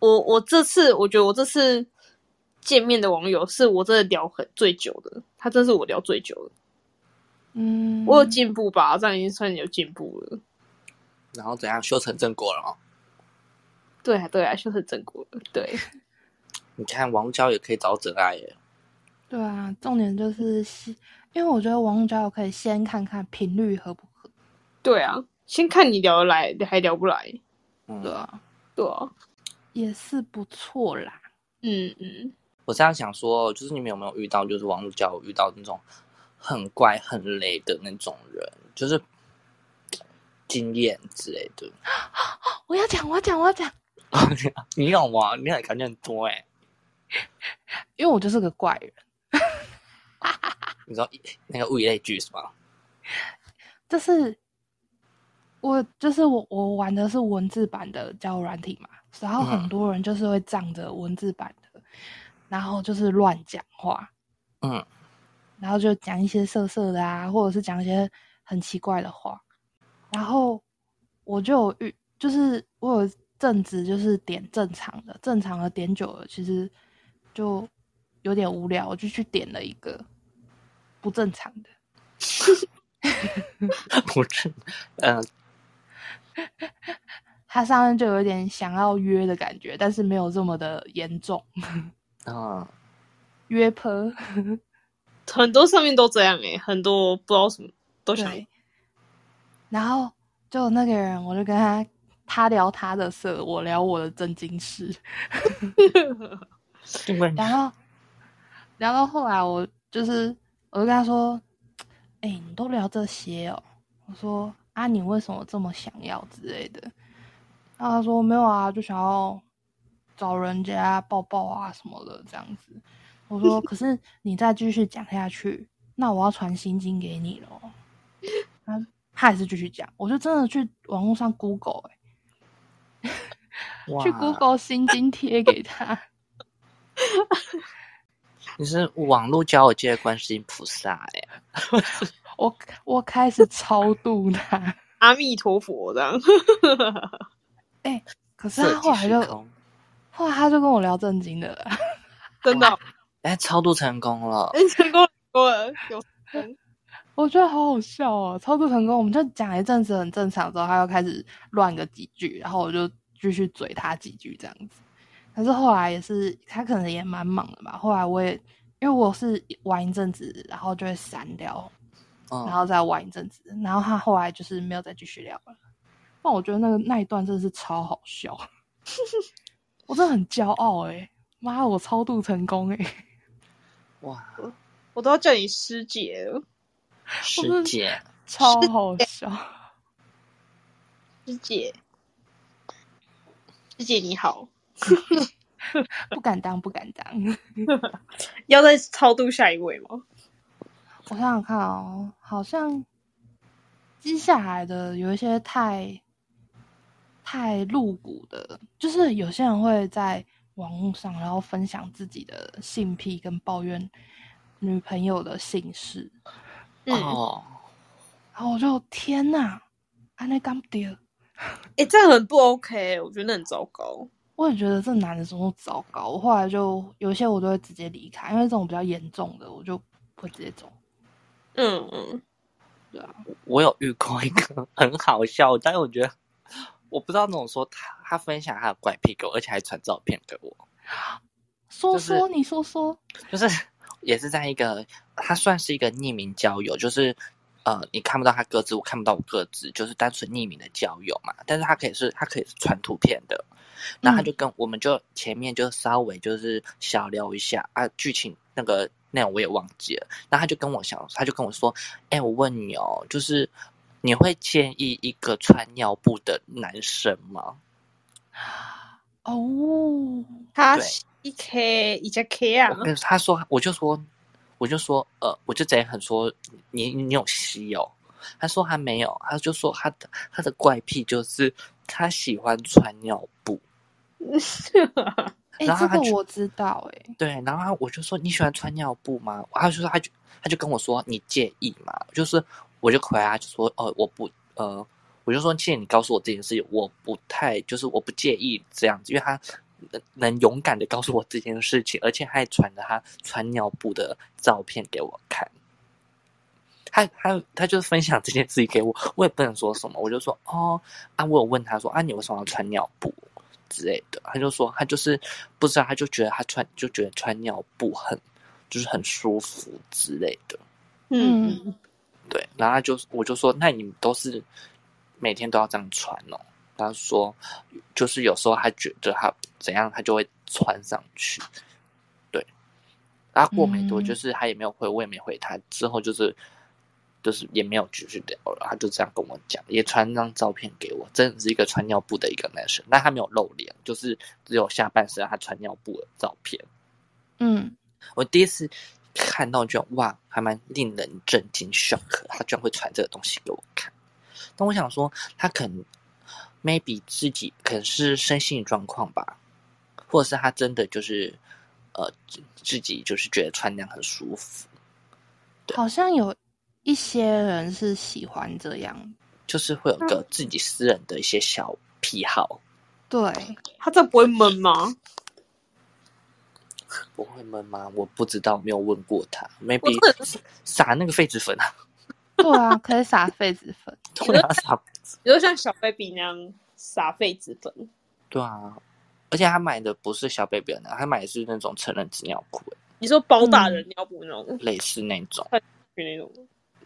我我这次我觉得我这次见面的网友是我真的聊很最久的，他真是我聊最久的。嗯，我有进步吧，这样已经算有进步了。然后怎样修成正果了哦？对啊，对啊，修成正果了。对，你看网络交友可以找真爱耶、欸对啊，重点就是先，因为我觉得网络交友可以先看看频率合不合，对啊，先看你聊得来还聊不来。对嗯，啊，对啊，也是不错啦。嗯嗯。我这样想说，就是你们有没有遇到，就是网络交友遇到那种很怪、很累的那种人，就是经验之类的？我要讲，我要讲，我要讲，你有吗？你很感觉很多哎、因为我就是个怪人，你知道一那个物以类聚是吗？ 就是我就是我我玩的是文字版的交友软体嘛，然后很嗯多人就是会仗着文字版的，然后就是乱讲话，嗯，然后就讲一些色色的啊，或者是讲一些很奇怪的话。然后我就有遇，就是我有阵子就是点正常的，正常的点久了，其实就有点无聊，我就去点了一个不正常的。不是，嗯、它上面就有一点想要约的感觉，但是没有这么的严重嗯，约坡。很多上面都这样哎、很多不知道什么都想对，然后就那个人，我就跟他他聊他的色，我聊我的正经事。因为然后聊到后来，我就是我就跟他说：“哎、你都聊这些哦。”我说：“啊，你为什么这么想要之类的？”然后他说：“没有啊，就想要找人家抱抱啊什么的这样子。”我说：“可是你再继续讲下去，那我要传心经给你喽。”他他还是继续讲，我就真的去网络上 Google 哎、去哇 Google 心经贴给他。 你是网络交友界的观世音菩萨哎、我我开始超度他，阿弥陀佛这样。 可是色他即后来是就空，后来他就跟我聊正经的了， 真的哦，哎，超度成功了，哎，成功了，成功了，有成功我觉得好好笑哦，超度成功。我们就讲一阵子很正常之后，他又开始乱个几句，然后我就继续嘴他几句这样子。可是后来也是他可能也蛮忙的吧，后来我也因为我是玩一阵子，然后就会删掉，然嗯，后再玩一阵子，然后他后来就是没有再继续聊了。但我觉得那个那一段真的是超好笑，我真的很骄傲诶、妈，我超度成功欸诶、哇，我都要叫你师姐了，嗯师姐，超好笑。师姐，师姐你好，不敢当，不敢当。 要再超度下一位吗？我想想看哦，好像接下来的有一些太太露骨的，就是有些人会在网络上，然后分享自己的性癖跟抱怨女朋友的性事，嗯，哎、哦，然后我就天哪，安内干爹，这样很不 OK，我觉得那很糟糕。我也觉得这男的怎么那么糟糕。我后来就有一些我都会直接离开，因为这种比较严重的，我就不会直接走。嗯嗯，对啊，我有遇过一个很好笑，但是我觉得我不知道那种说他他分享他的怪癖给我，而且还传照片给我，说就是说、你说说，就是 也是在一个，他算是一个匿名交友，就是呃，你看不到他个子，我看不到我个子，就是单纯匿名的交友嘛。但是他可以是，他可以是传图片的。然后他就跟、我们就前面就稍微就是小聊一下啊，剧情那个内容我也忘记了。然后他就跟我想，他就跟我说：“哎、我问你哦，就是你会建议一个穿尿布的男生吗哦，他对一 k 一加 k？”啊 我，跟他说，我就说，我就说，呃，我就直接很说，你你有吸哦？他说他没有，他就说他的他的怪癖就是他喜欢穿尿布。嗯哎、然后这他个就我知道、诶哎，对，然后他我就说你喜欢穿尿布吗？他就说他就他就跟我说你介意吗？就是我就回答就说哦我不呃，我就说谢谢你告诉我这件事情，我不太就是我不介意这样子，因为他能能勇敢的告诉我这件事情，而且他还传了他穿尿布的照片给我看。他他他就是分享这件事情给我，我也不能说什么，我就说哦啊，我有问他说啊，你为什么要穿尿布之类的，他就说他就是不知道，他就觉得他穿就觉得穿尿布很就是很舒服之类的，嗯嗯，对，然后他就我就说那你们都是每天都要这样穿哦，他说就是有时候他觉得他怎样，他就会穿上去，对，然后过没多嗯就是他也没有回，我也没回他，之后就是。就是也没有继续聊了，他就这样跟我讲，也传张照片给我，真的是一个穿尿布的一个男生，但他没有露脸，就是只有下半身他穿尿布的照片。嗯，我第一次看到，觉得哇，还蛮令人震惊 shock，他居然会传这个东西给我看。但我想说，他可能 maybe 自己可能是身心状况吧，或者是他真的就是呃自自己就是觉得穿那样很舒服，对好像有一些人是喜欢这样，就是会有个自己私人的一些小癖好，对，他这样不会闷吗？不会闷吗？我不知道，没有问过他。我 maybe 真的撒那个痱子粉啊，对啊，可以撒痱子粉，对啊， 撒你就像小 baby 那样撒痱子粉，对啊，而且他买的不是小 baby 的那，他买的是那种成人纸尿裤，你说包大人嗯尿布那种，类似那种，就那种，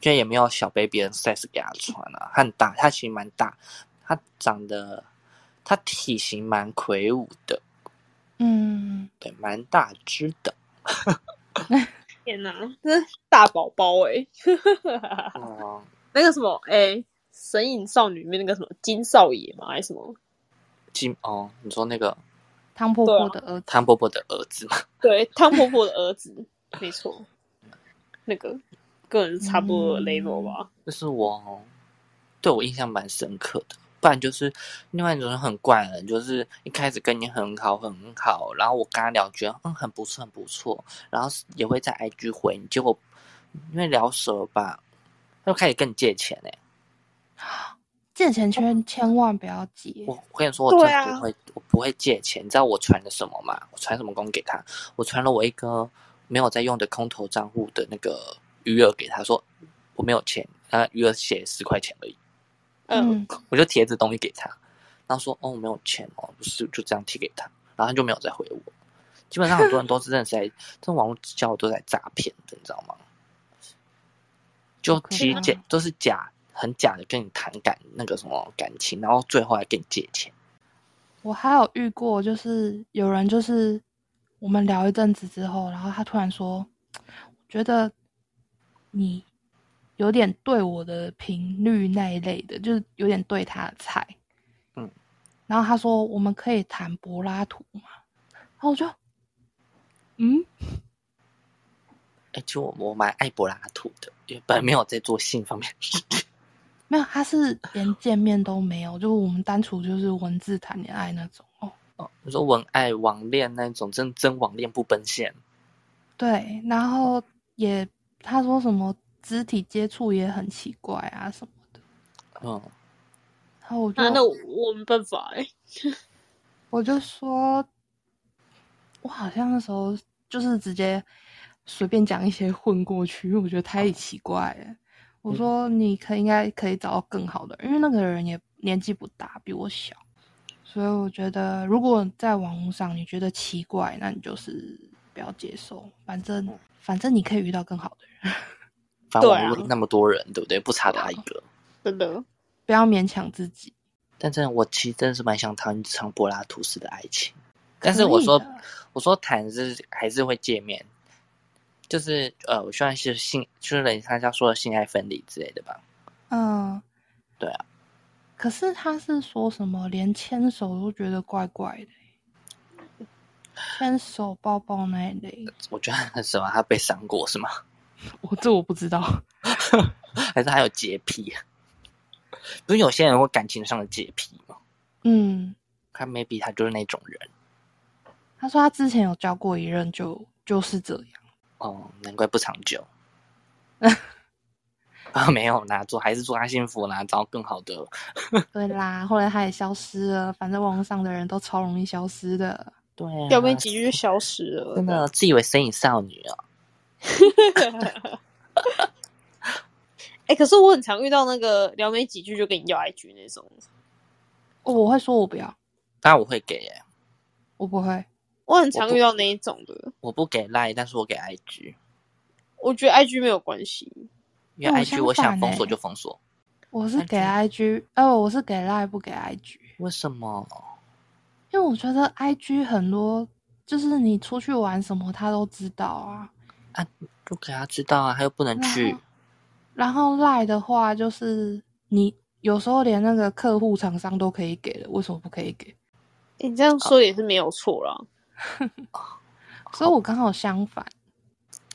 因为也没有小 baby 的 size 给他穿啊，他很大，他其实蛮大，他长得他体型蛮魁梧的，嗯，对，蛮大只的。天哪、这是大宝宝哎、嗯，那个什么哎，神隐少女》里面那个什么金少爷嘛，还是什么？金哦，你说那个汤婆对啊婆的儿子，汤婆婆的儿子吗？对，汤婆婆的儿 子，没错，那个个人差不多的 level 吧。就是我对我印象蛮深刻的。不然就是另外一种很怪的人，就是一开始跟你很好很好，然后我跟他聊，觉得嗯很不错很不错，然后也会在 IG 回你，结果因为聊熟了吧，他就开始跟你借钱哎、借钱圈千万不要借，我我跟你说，我真对的啊不会，我不会借钱。你知道我传了什么吗？我传什么工给他？我传了我一个没有在用的空头账户的那个余额给他，说我没有钱，啊，余额写十块钱而已。嗯，嗯，我就贴这东西给他，然后说哦我没有钱哦，不是就这样贴给他，然后他就没有再回我。基本上很多人都是真的是在这种网络交友都在诈骗的，你知道吗？就好可其实怕假都是假，很假的跟你谈感那个什么感情，然后最后还跟你借钱。我还有遇过，就是有人就是我们聊一阵子之后，然后他突然说，我觉得你有点对我的频率那一类的，就是有点对他的菜，嗯，然后他说我们可以谈柏拉图嘛，然后我就，嗯，哎，其实我我蛮爱柏拉图的，因为本来没有在做性方面的事情。 没有，他是连见面都没有，就我们单纯就是文字谈恋爱那种哦。哦，你说文爱网恋那种，真真网恋不奔现，对，然后也他说什么肢体接触也很奇怪啊什么的，嗯，然后我就、啊，那我我没办法哎、我就说，我好像那时候就是直接随便讲一些混过去，因为我觉得太奇怪了。我说你可应该可以找到更好的人，因为那个人也年纪不大，比我小，所以我觉得如果在网络上你觉得奇怪，那你就是不要接受，反正反正你可以遇到更好的人，反对正啊网络那么多人，对不对？不差他一个。真的。不要勉强自己。但真的，我其实真的是蛮想谈一场柏拉图式的爱情。但是可以我说的，我说谈是还是会见面，就是呃，我希望是性，就是人家说的性爱分离之类的吧。嗯，对啊。可是他是说什么连牵手都觉得怪怪的欸，牵手抱抱那一类，我觉得很什么，他被伤过是吗？ 我这我不知道。还是他有洁癖？ 不是有些人会感情上的洁癖吗？嗯，他 maybe 他就是那种人他说他之前有交过一任就，就是这样。哦，难怪不长久。 啊，没有啦，祝还是祝他幸福啦，找到更好的。对啦，后来他也消失了，反正网络上的人都超容易消失的。对、啊，表面几率就消失了，真的自以为身影少女哦。哎、可是我很常遇到那个聊没几句就跟你要 IG 那种，哦，我会说我不要，当然我会给耶、我不会。我很常遇到那一种的。我不给赖，但是我给 IG，我觉得 IG 没有关系，因那为我 IG 相我想反封锁欸就封锁。我是给那 IG，呃，我是给赖不给 IG，为什么？因为我觉得 IG 很多就是你出去玩什么他都知道啊。就给他知道啊，他又不能然去后。然后赖的话，就是你有时候连那个客户厂商都可以给了，为什么不可以给？你这样说也是没有错啦。所以我刚好相反，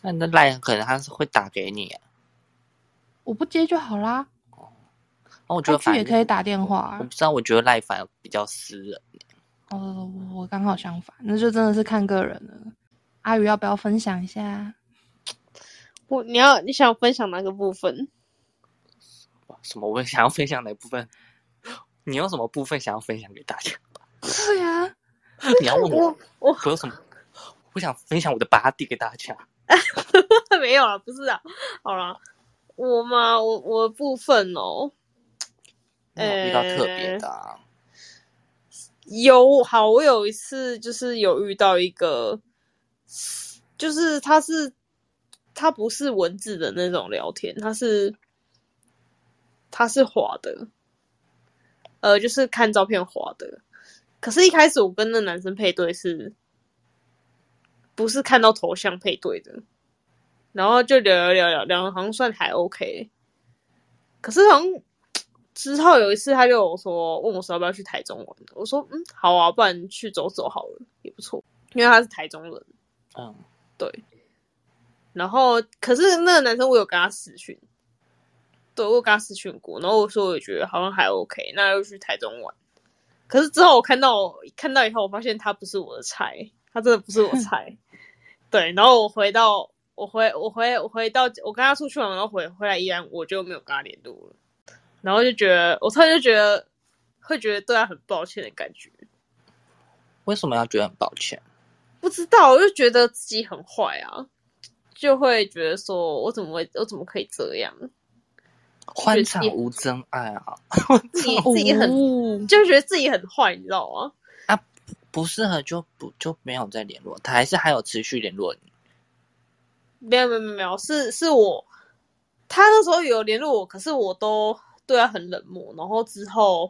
那那赖可能他是会打给你、啊，我不接就好啦。那我觉得反 IG 正也可以打电话我啊不。知道，我觉得赖反而比较私人。哦，我刚好相反，那就真的是看个人了。阿宇要不要分享一 下？我你要你想分享哪个部分？哇什么？我想要分享哪部分？你有什么部分想要分享给大家？ 对呀、啊，你要问我，我我有什么？我想分享我的 body 给大家。 没有啦，不是啊，好啦，我嘛，我我的部分哦，那我遇到特别的、啊，有好，我有一次就是有遇到一个，就是他是他不是文字的那种聊天，他是他是滑的，呃，就是看照片滑的。可是，一开始我跟那男生配对是，不是看到头像配对的，然后就聊聊聊聊聊，好像算还 OK。可是好像之后有一次，他就有说问我说要不要去台中玩，我说嗯好啊，不然去走走好了，也不错，因为他是台中人。嗯，对。然后，可是那个男生我有跟他私讯，对我有跟他私讯过，然后我说我觉得好像还 OK，那又去台中玩。可是之后我看到看到以后，我发现他不是我的菜，他真的不是我的菜。 对，然后我回到我回我回我回到我跟他出去玩，然后回回来依然我就没有跟他联络了，然后就觉得我突然就觉得会觉得对他很抱歉的感觉，为什么要觉得很抱歉？不知道，我就觉得自己很坏啊，就会觉得说我怎么会，我怎么可以这样？欢场无真爱啊，自己自己很，哦就觉得自己很坏，你知道吗？啊不适合就不就没有再联络，他还是还有持续联络你。没有没有没有没有，是是我，他那时候有联络我，可是我都对他很冷漠，然后之后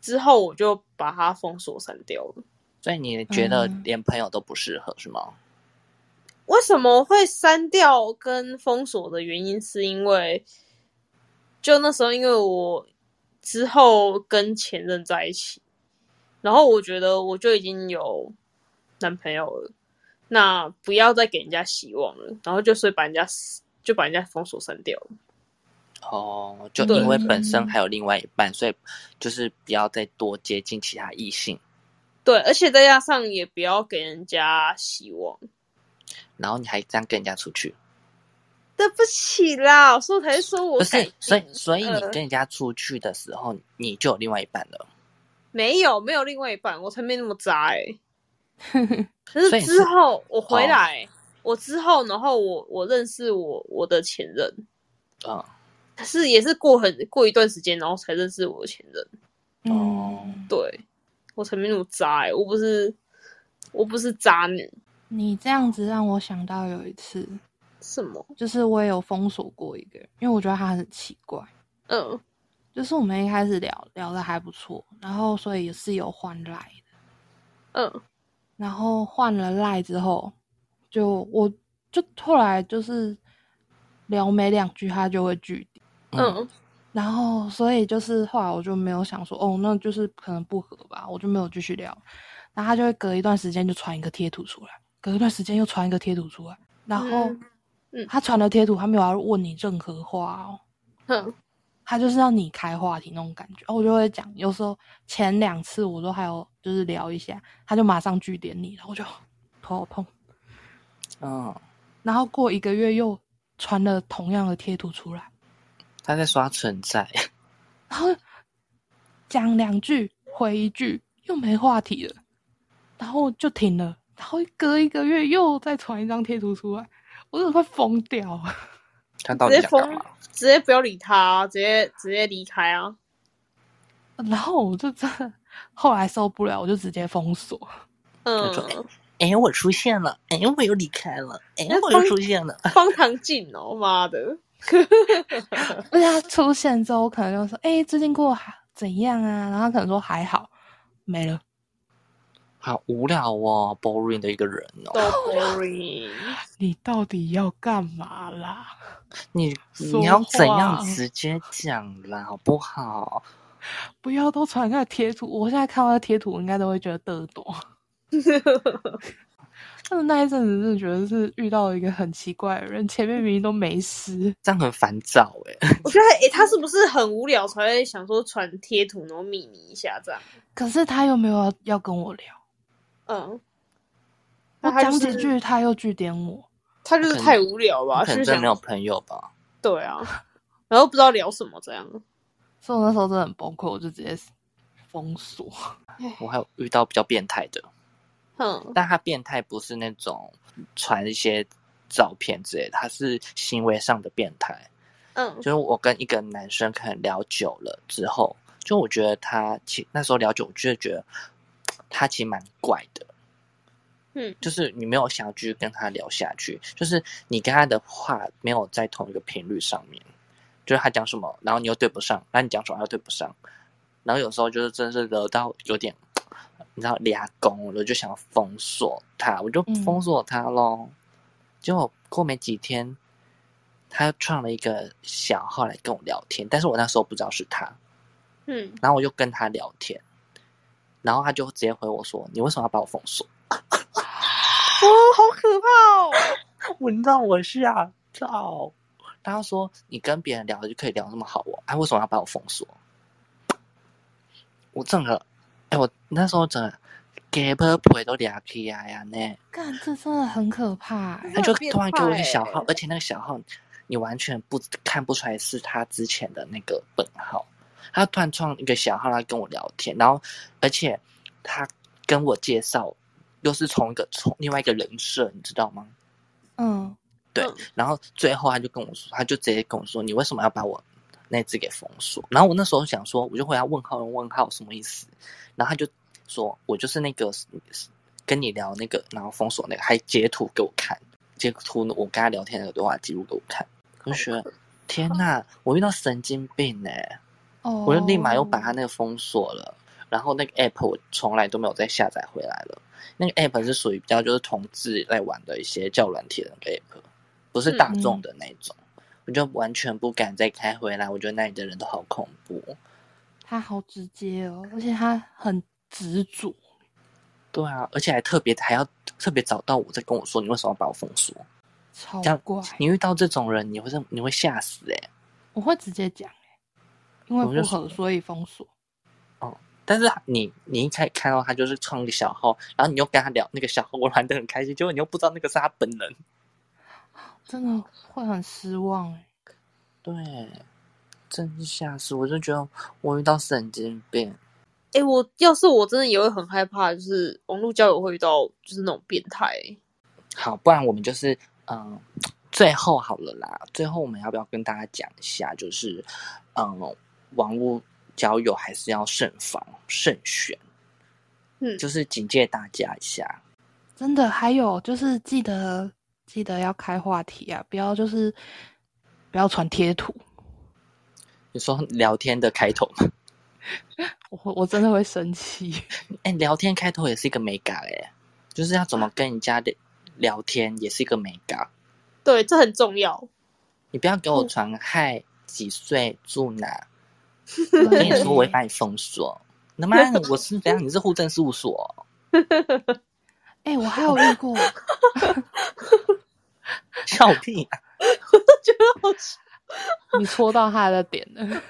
之后我就把他封锁删掉了。所以你觉得嗯连朋友都不适合、是吗？为什么会删掉跟封锁的原因，是因为就那时候，因为我之后跟前任在一起，然后我觉得我就已经有男朋友了，那不要再给人家希望了，然后就所以把人家就把人家封锁删掉了。哦，就对嗯因为本身还有另外一半，所以就是不要再多接近其他异性。对，而且再加上也不要给人家希望，然后你还这样跟人家出去，对不起啦，所以我才说我不改是进？所以，所以你呃跟人家出去的时候，你就有另外一半了。没有没有另外一半，我才没那么渣哎、 可所是以你是哦之后我回来，我之后然后我我认识我我的前任，嗯，可是也是过很过一段时间，然后才认识我的前任，哦嗯，对我才没那么渣哎、我不是我不是渣女，你这样子让我想到有一次，什么？就是我也有封锁过一个人，因为我觉得他很奇怪。嗯，就是我们一开始聊聊的还不错，然后所以也是有换赖的，嗯，然后换了赖之后，就我就后来就是聊没两句他就会拒点，嗯，然后所以就是后来我就没有想说哦，那就是可能不合吧，我就没有继续聊，然后他就会隔一段时间就传一个贴图出来，隔一段时间又传一个贴图出来，然后嗯嗯他传的贴图他没有要问你任何话哦，哼，他就是让你开话题那种感觉，哦，我就会讲。有时候前两次我都还有就是聊一下，他就马上据点你，然后我就 头好痛。嗯，然后过一个月又传了同样的贴图出来，他在刷存 在，然后讲两句回一句，又没话题了，然后就停了。然后隔一个月又再传一张贴图出来，我真的快疯掉了。 他到直底接想封干嘛？，直接不要理他啊、直接直接离开啊！然后我就真的 后来受不了，我就直接封锁。那种 嗯，哎，我出现了，哎，我又离开了，哎那，我又封出现了。荒唐尽哦，妈的！而且他啊出现之后，我可能就说：“哎、最近过得还怎样啊？”然后他可能说：“还好，没了。好无聊哦，boring 的一个人都哦。 boring，” 你到底要干嘛啦？你说你要怎样话直接讲啦，好不好？不要都传那个贴图，我现在看到那贴图，我应该都会觉得得多。 但是那一阵子真的觉得是遇到了一个很奇怪的人，前面明明都没事，这样很烦躁哎。我觉得诶、他是不是很无聊才会想说传贴图，然后秘密一下这样？可是他又没有要要跟我聊，嗯，我那他讲就几是句他又据点我，他就是可能太无聊吧，你就可能是真的想没有朋友吧？对啊，然后不知道聊什么这样。所以我那时候真的很崩溃，我就直接封锁。我还有遇到比较变态的，哼，但他变态不是那种传一些照片之类的，他是行为上的变态。嗯就是我跟一个男生可能聊久了之后，就我觉得他其那时候聊久，我就觉得他其实蛮怪的。嗯，就是你没有想要继续跟他聊下去，就是你跟他的话没有在同一个频率上面，就是他讲什么，然后你又对不上，然后你讲什么又对不上，然后有时候就是真是惹到有点，你知道俩公，我就想要封锁他，我就封锁他喽。结果过没几天，他又创了一个小号来跟我聊天，但是我那时候不知道是他，嗯，然后我就跟他聊天，然后他就直接回我说：“你为什么要把我封锁？”哦，好可怕哦！我让我啊吓到。他说：“你跟别人聊就可以聊那么好哦，哎、为什么要把我封锁？”我整个，哎、我那时候整个给不腿都俩起来呀呢，干，这真的很可怕、欸。他就很变突然给我一个态小欸号，而且那个小号你完全不看不出来是他之前的那个本号，他突然创一个小号来跟我聊天，然后而且他跟我介绍又是从一个从另外一个人设，你知道吗？嗯，对嗯，然后最后他就跟我说，他就直接跟我说，你为什么要把我那只给封锁？然后我那时候想说，我就回他问号问号什么意思？然后他就说我就是那个跟你聊那个，然后封锁那个，还截图给我看，截图我跟他聊天那个对话记录给我看，我就觉得天呐，我遇到神经病呢、欸哦，我就立马又把他那个封锁了。然后那个 app 我从来都没有再下载回来了。那个 app 是属于比较就是同志在玩的一些叫软体的那个 app，不是大众的那种。我就完全不敢再开回来，我觉得那里的人都好恐怖。他好直接哦，而且他很执着。对啊，而且还特别还要特别找到我在跟我说你为什么要把我封锁。超这样怪，你遇到这种人，你会你会吓死哎、我会直接讲、欸因为我就不说合所以封锁。但是你你一开始看到他就是创一个小号，然后你又跟他聊那个小号，我玩的很开心，结果你又不知道那个是他本人。真的会很失望、欸、对，真是吓死！我就觉得我遇到神经病，哎、我要是我真的也会很害怕，就是网络交友会遇到就是那种变态、好，不然我们就是嗯、最后好了啦。最后我们要不要跟大家讲一下，就是嗯、网络交友还是要慎防慎选，嗯就是警戒大家一下。真的，还有就是记得记得要开话题啊，不要就是不要传贴图，你说聊天的开头嘛？我会我真的会生气。哎、聊天开头也是一个美感哎、就是要怎么跟人家的聊天也是一个美感。对，这很重要。你不要给我传嗨几岁住哪，我 跟你说我会把你封锁。他妈的，我是怎样？你是户政事务所？哎、我还有遇过，笑屁、啊！你戳到他的点了。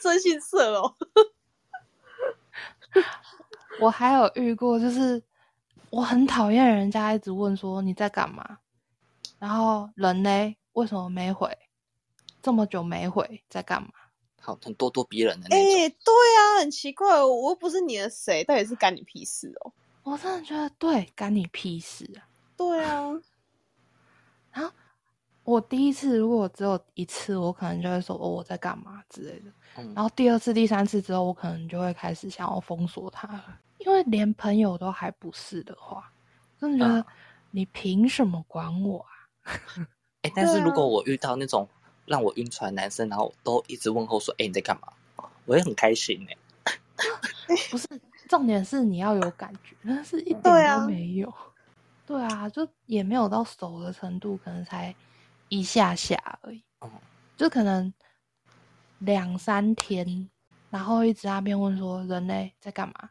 真性色哦，我还有遇过，就是我很讨厌人家一直问说你在干嘛，然后人嘞为什么没回？这么久没回，在干嘛？好，很咄咄逼人的哎、那种。对啊，很奇怪哦，我又不是你的谁，到底是干你屁事哦？我真的觉得对，干你屁事啊！对啊，我第一次如果只有一次，我可能就会说哦我在干嘛之类的。然嗯，哦后第二次、第三次之后，我可能就会开始想要封锁他了，因为连朋友都还不是的话，真的觉得嗯你凭什么管我啊？哎，但是对啊如果我遇到那种让我晕船的男生，然后都一直问候说：“哎，你在干嘛？”我也很开心哎、不是，重点是你要有感觉，但是一对点啊都没有。对啊，就也没有到熟的程度，可能才一下下而已嗯，就可能两三天，然后一直在那边问说人类在干嘛，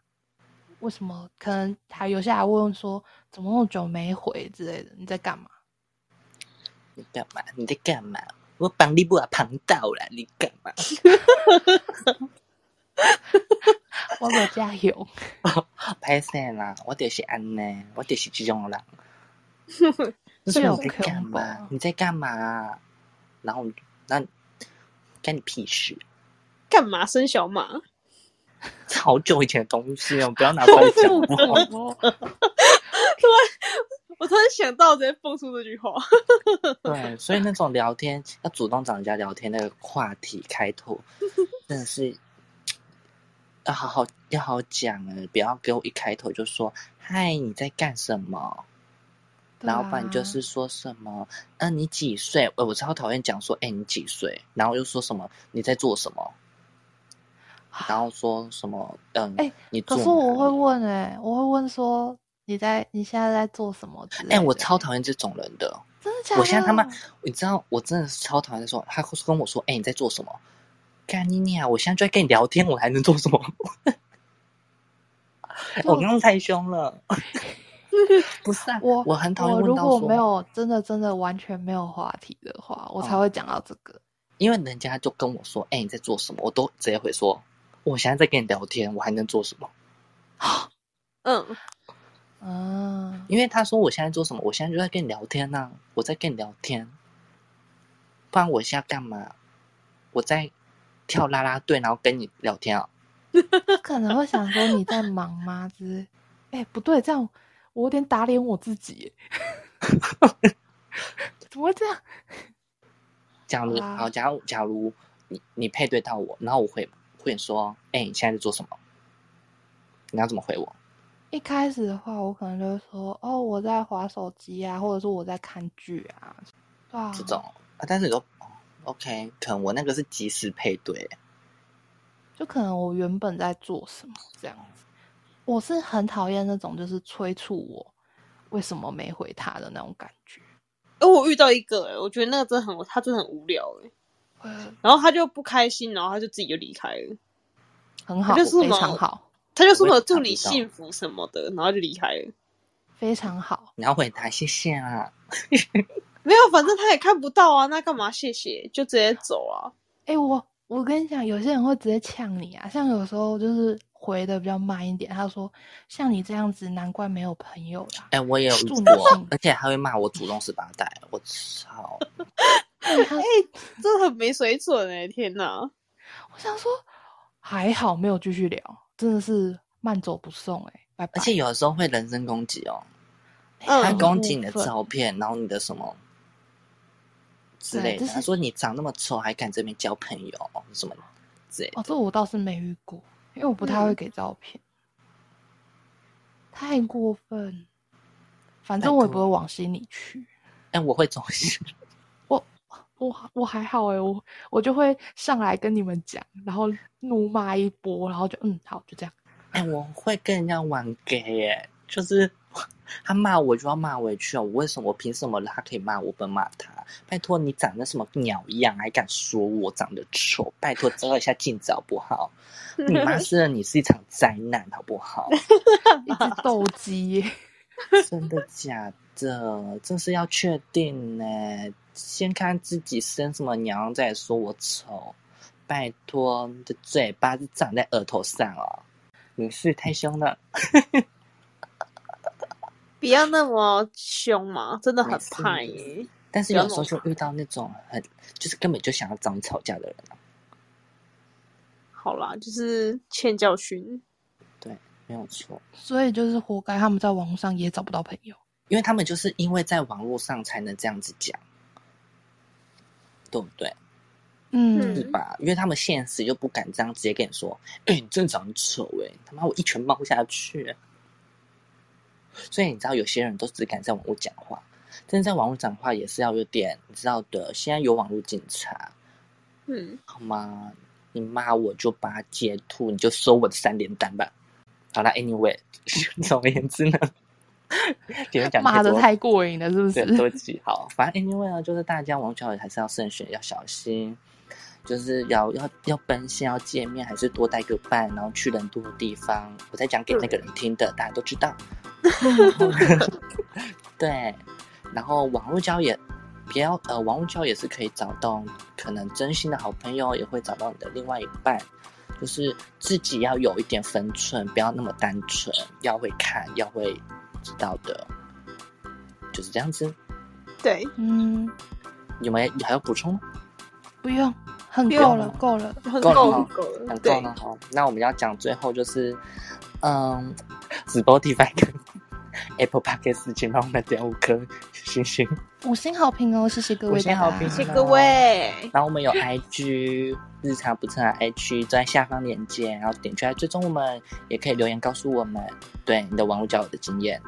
为什么？可能还有些还问问说怎么那么久没回之类的，你在干嘛？你干嘛？你在干嘛？我帮你不啊，旁到了，你干嘛？我我加油！拍散啦，我就是安呢，我就是这种人。就这是有你在干恐怖嘛啊？你在干嘛？然后我们就那干你屁事！ 干嘛生小马？这好久以前的东西哦，不要拿出来讲哦好不好。 哦 啊我突然想到，直接蹦出这句话。 对，所以那种聊天要主动找人家聊天，那个话题开 拓真的是要好好要好好讲啊，不要给我一开头就说“嗨，你在干什么”，对然后不然就啊是说什么“嗯、你几岁？”呃，我超讨厌讲说“哎、你几岁”，然后又说什么“你在做什么”，然后说什么“嗯，哎你做可哪里”。是我会问哎、我会问说你在你现在在做什么之类的哎、我超讨厌这种人的。真的假的？我现在他妈，你知道我真的是超讨厌说，他跟我说：“哎、你在做什么？”干你娘！我现在就在跟你聊天，我还能做什么？ 我刚刚太凶了。 不是啊，我我很讨厌我问如到果说，没有真的真的完全没有话题的话，我才哦会讲到这个。因为人家就跟我说：“哎、你在做什么？”我都直接回说：“我现在在跟你聊天，我还能做什么嗯，嗯？”，因为他说我现在做什么，我现在就在跟你聊天呐、我在跟你聊天，不然我现在干嘛？我在跳啦啦队，然后跟你聊天啊。他可能会想说你在忙吗？之类。哎、不对，这样我有点打脸我自己耶。 怎么会这样？假如好啊好，假如假如你你配对到我，然后我会会说，哎、你现在在做什么？你要怎么回我？一开始的话，我可能就会说哦，我在划手机啊，或者是我在看剧啊，对啊，这种啊，但是你说、哦、OK，可能我那个是即时配对，就可能我原本在做什么这样子。我是很讨厌那种就是催促我为什么没回他的那种感觉。哎、我遇到一个、哎，我觉得那个真的很，他真的很无聊、哎，会然后他就不开心，然后他就自己就离开了，很好，就是非嘛常好，他就说我也我祝看你不到幸福什么的，然后就离开了。非常好。你要回答谢谢啊，没有，反正他也看不到啊，那干嘛谢谢？就直接走啊。哎、我我跟你讲，有些人会直接呛你啊，像有时候就是回的比较慢一点，他说像你这样子，难怪没有朋友啦。哎、我也有遇祝你幸过运，而且还会骂我祖宗十八代，我 操！哎 他真的很没水准哎、天哪！我想说，还好没有继续聊，真的是慢走不送哎、拜拜。而且有的时候会人身攻击哦，嗯他很攻击你的过分照片，然后你的什么之对类这的，是他说你长那么丑还敢这边交朋友什么之类的哦，这我倒是没遇过，因为我不太会嗯给照片，太过分。反太正我也过不会往心里去，哎、我会中心，我我还好哎、我我就会上来跟你们讲，然后怒骂一波，然后就嗯好就这样。哎、我会跟人家玩 gay 耶、就是他骂我就要骂回去哦，我为什么我凭什么他可以骂我，不能骂他？拜托你长得什么鸟一样，还敢说我长得丑？拜托照一下镜子好不好？ 你妈生了你是一场灾难好不好？ 一 只斗鸡耶，真的假的？这是要确定呢、先看自己生什么娘，再说我丑。拜托，你的嘴巴是长在额头上哦，你是太凶了， 不要那么凶嘛，真的很欸怕耶、但是有时候就遇到那种很就是根本就想要找你吵架的人啊，好啦，就是欠教训。没有错，所以就是活该他们在网络上也找不到朋友。因为他们就是因为在网络上才能这样子讲，对不对？是嗯，吧？因为他们现实又不敢这样直接跟你说，哎、你真的长得丑哎、他妈我一拳猫下去。欸所以你知道，有些人都只敢在网络讲话，但是在网络讲话也是要有点，你知道的。现在有网络警察，嗯，好吗？你骂我就把它截图，你就收我的三连单吧。好啦 a n y w a y 总而言之呢， 别人讲骂的多太过瘾了，是不对，是？多集好，反正 anyway 呢，就是大家网交友还是要慎选，要小心，就是要要要奔现，要见面，还是多带个伴，然后去人多的地方。我在讲给那个人听的，大家都知道。 然后呢对，然后网络交友也，不要呃，网络交友也是可以找到可能真心的好朋友，也会找到你的另外一半。就是自己要有一点分寸，不要那么单纯，要会看，要会知道的，就是这样子。对，嗯，有没有还要补充吗？不用，很不够用了了，够了。很够了够吗够了，很对够，了哈。哦那我们要讲最后就是，嗯，Spotify 跟 Apple Podcast，请帮我们点五颗星星。五星好评哦，谢谢各五位大星家。好评啊谢谢各位，然后我们 有 IG 日常不称的 IG 都在下方链接，然后点出来追踪我们，也可以留言告诉我们对你的网络交友的经验。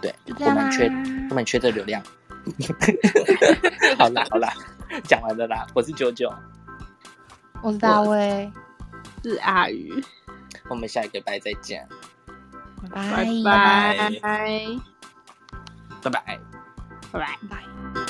对，就这我样们缺啦我们缺这流量。好啦好啦，讲完了啦，我是九九，我是大卫，是阿鱼，我们下个礼拜再见，拜拜哎拜拜拜拜拜。拜。拜。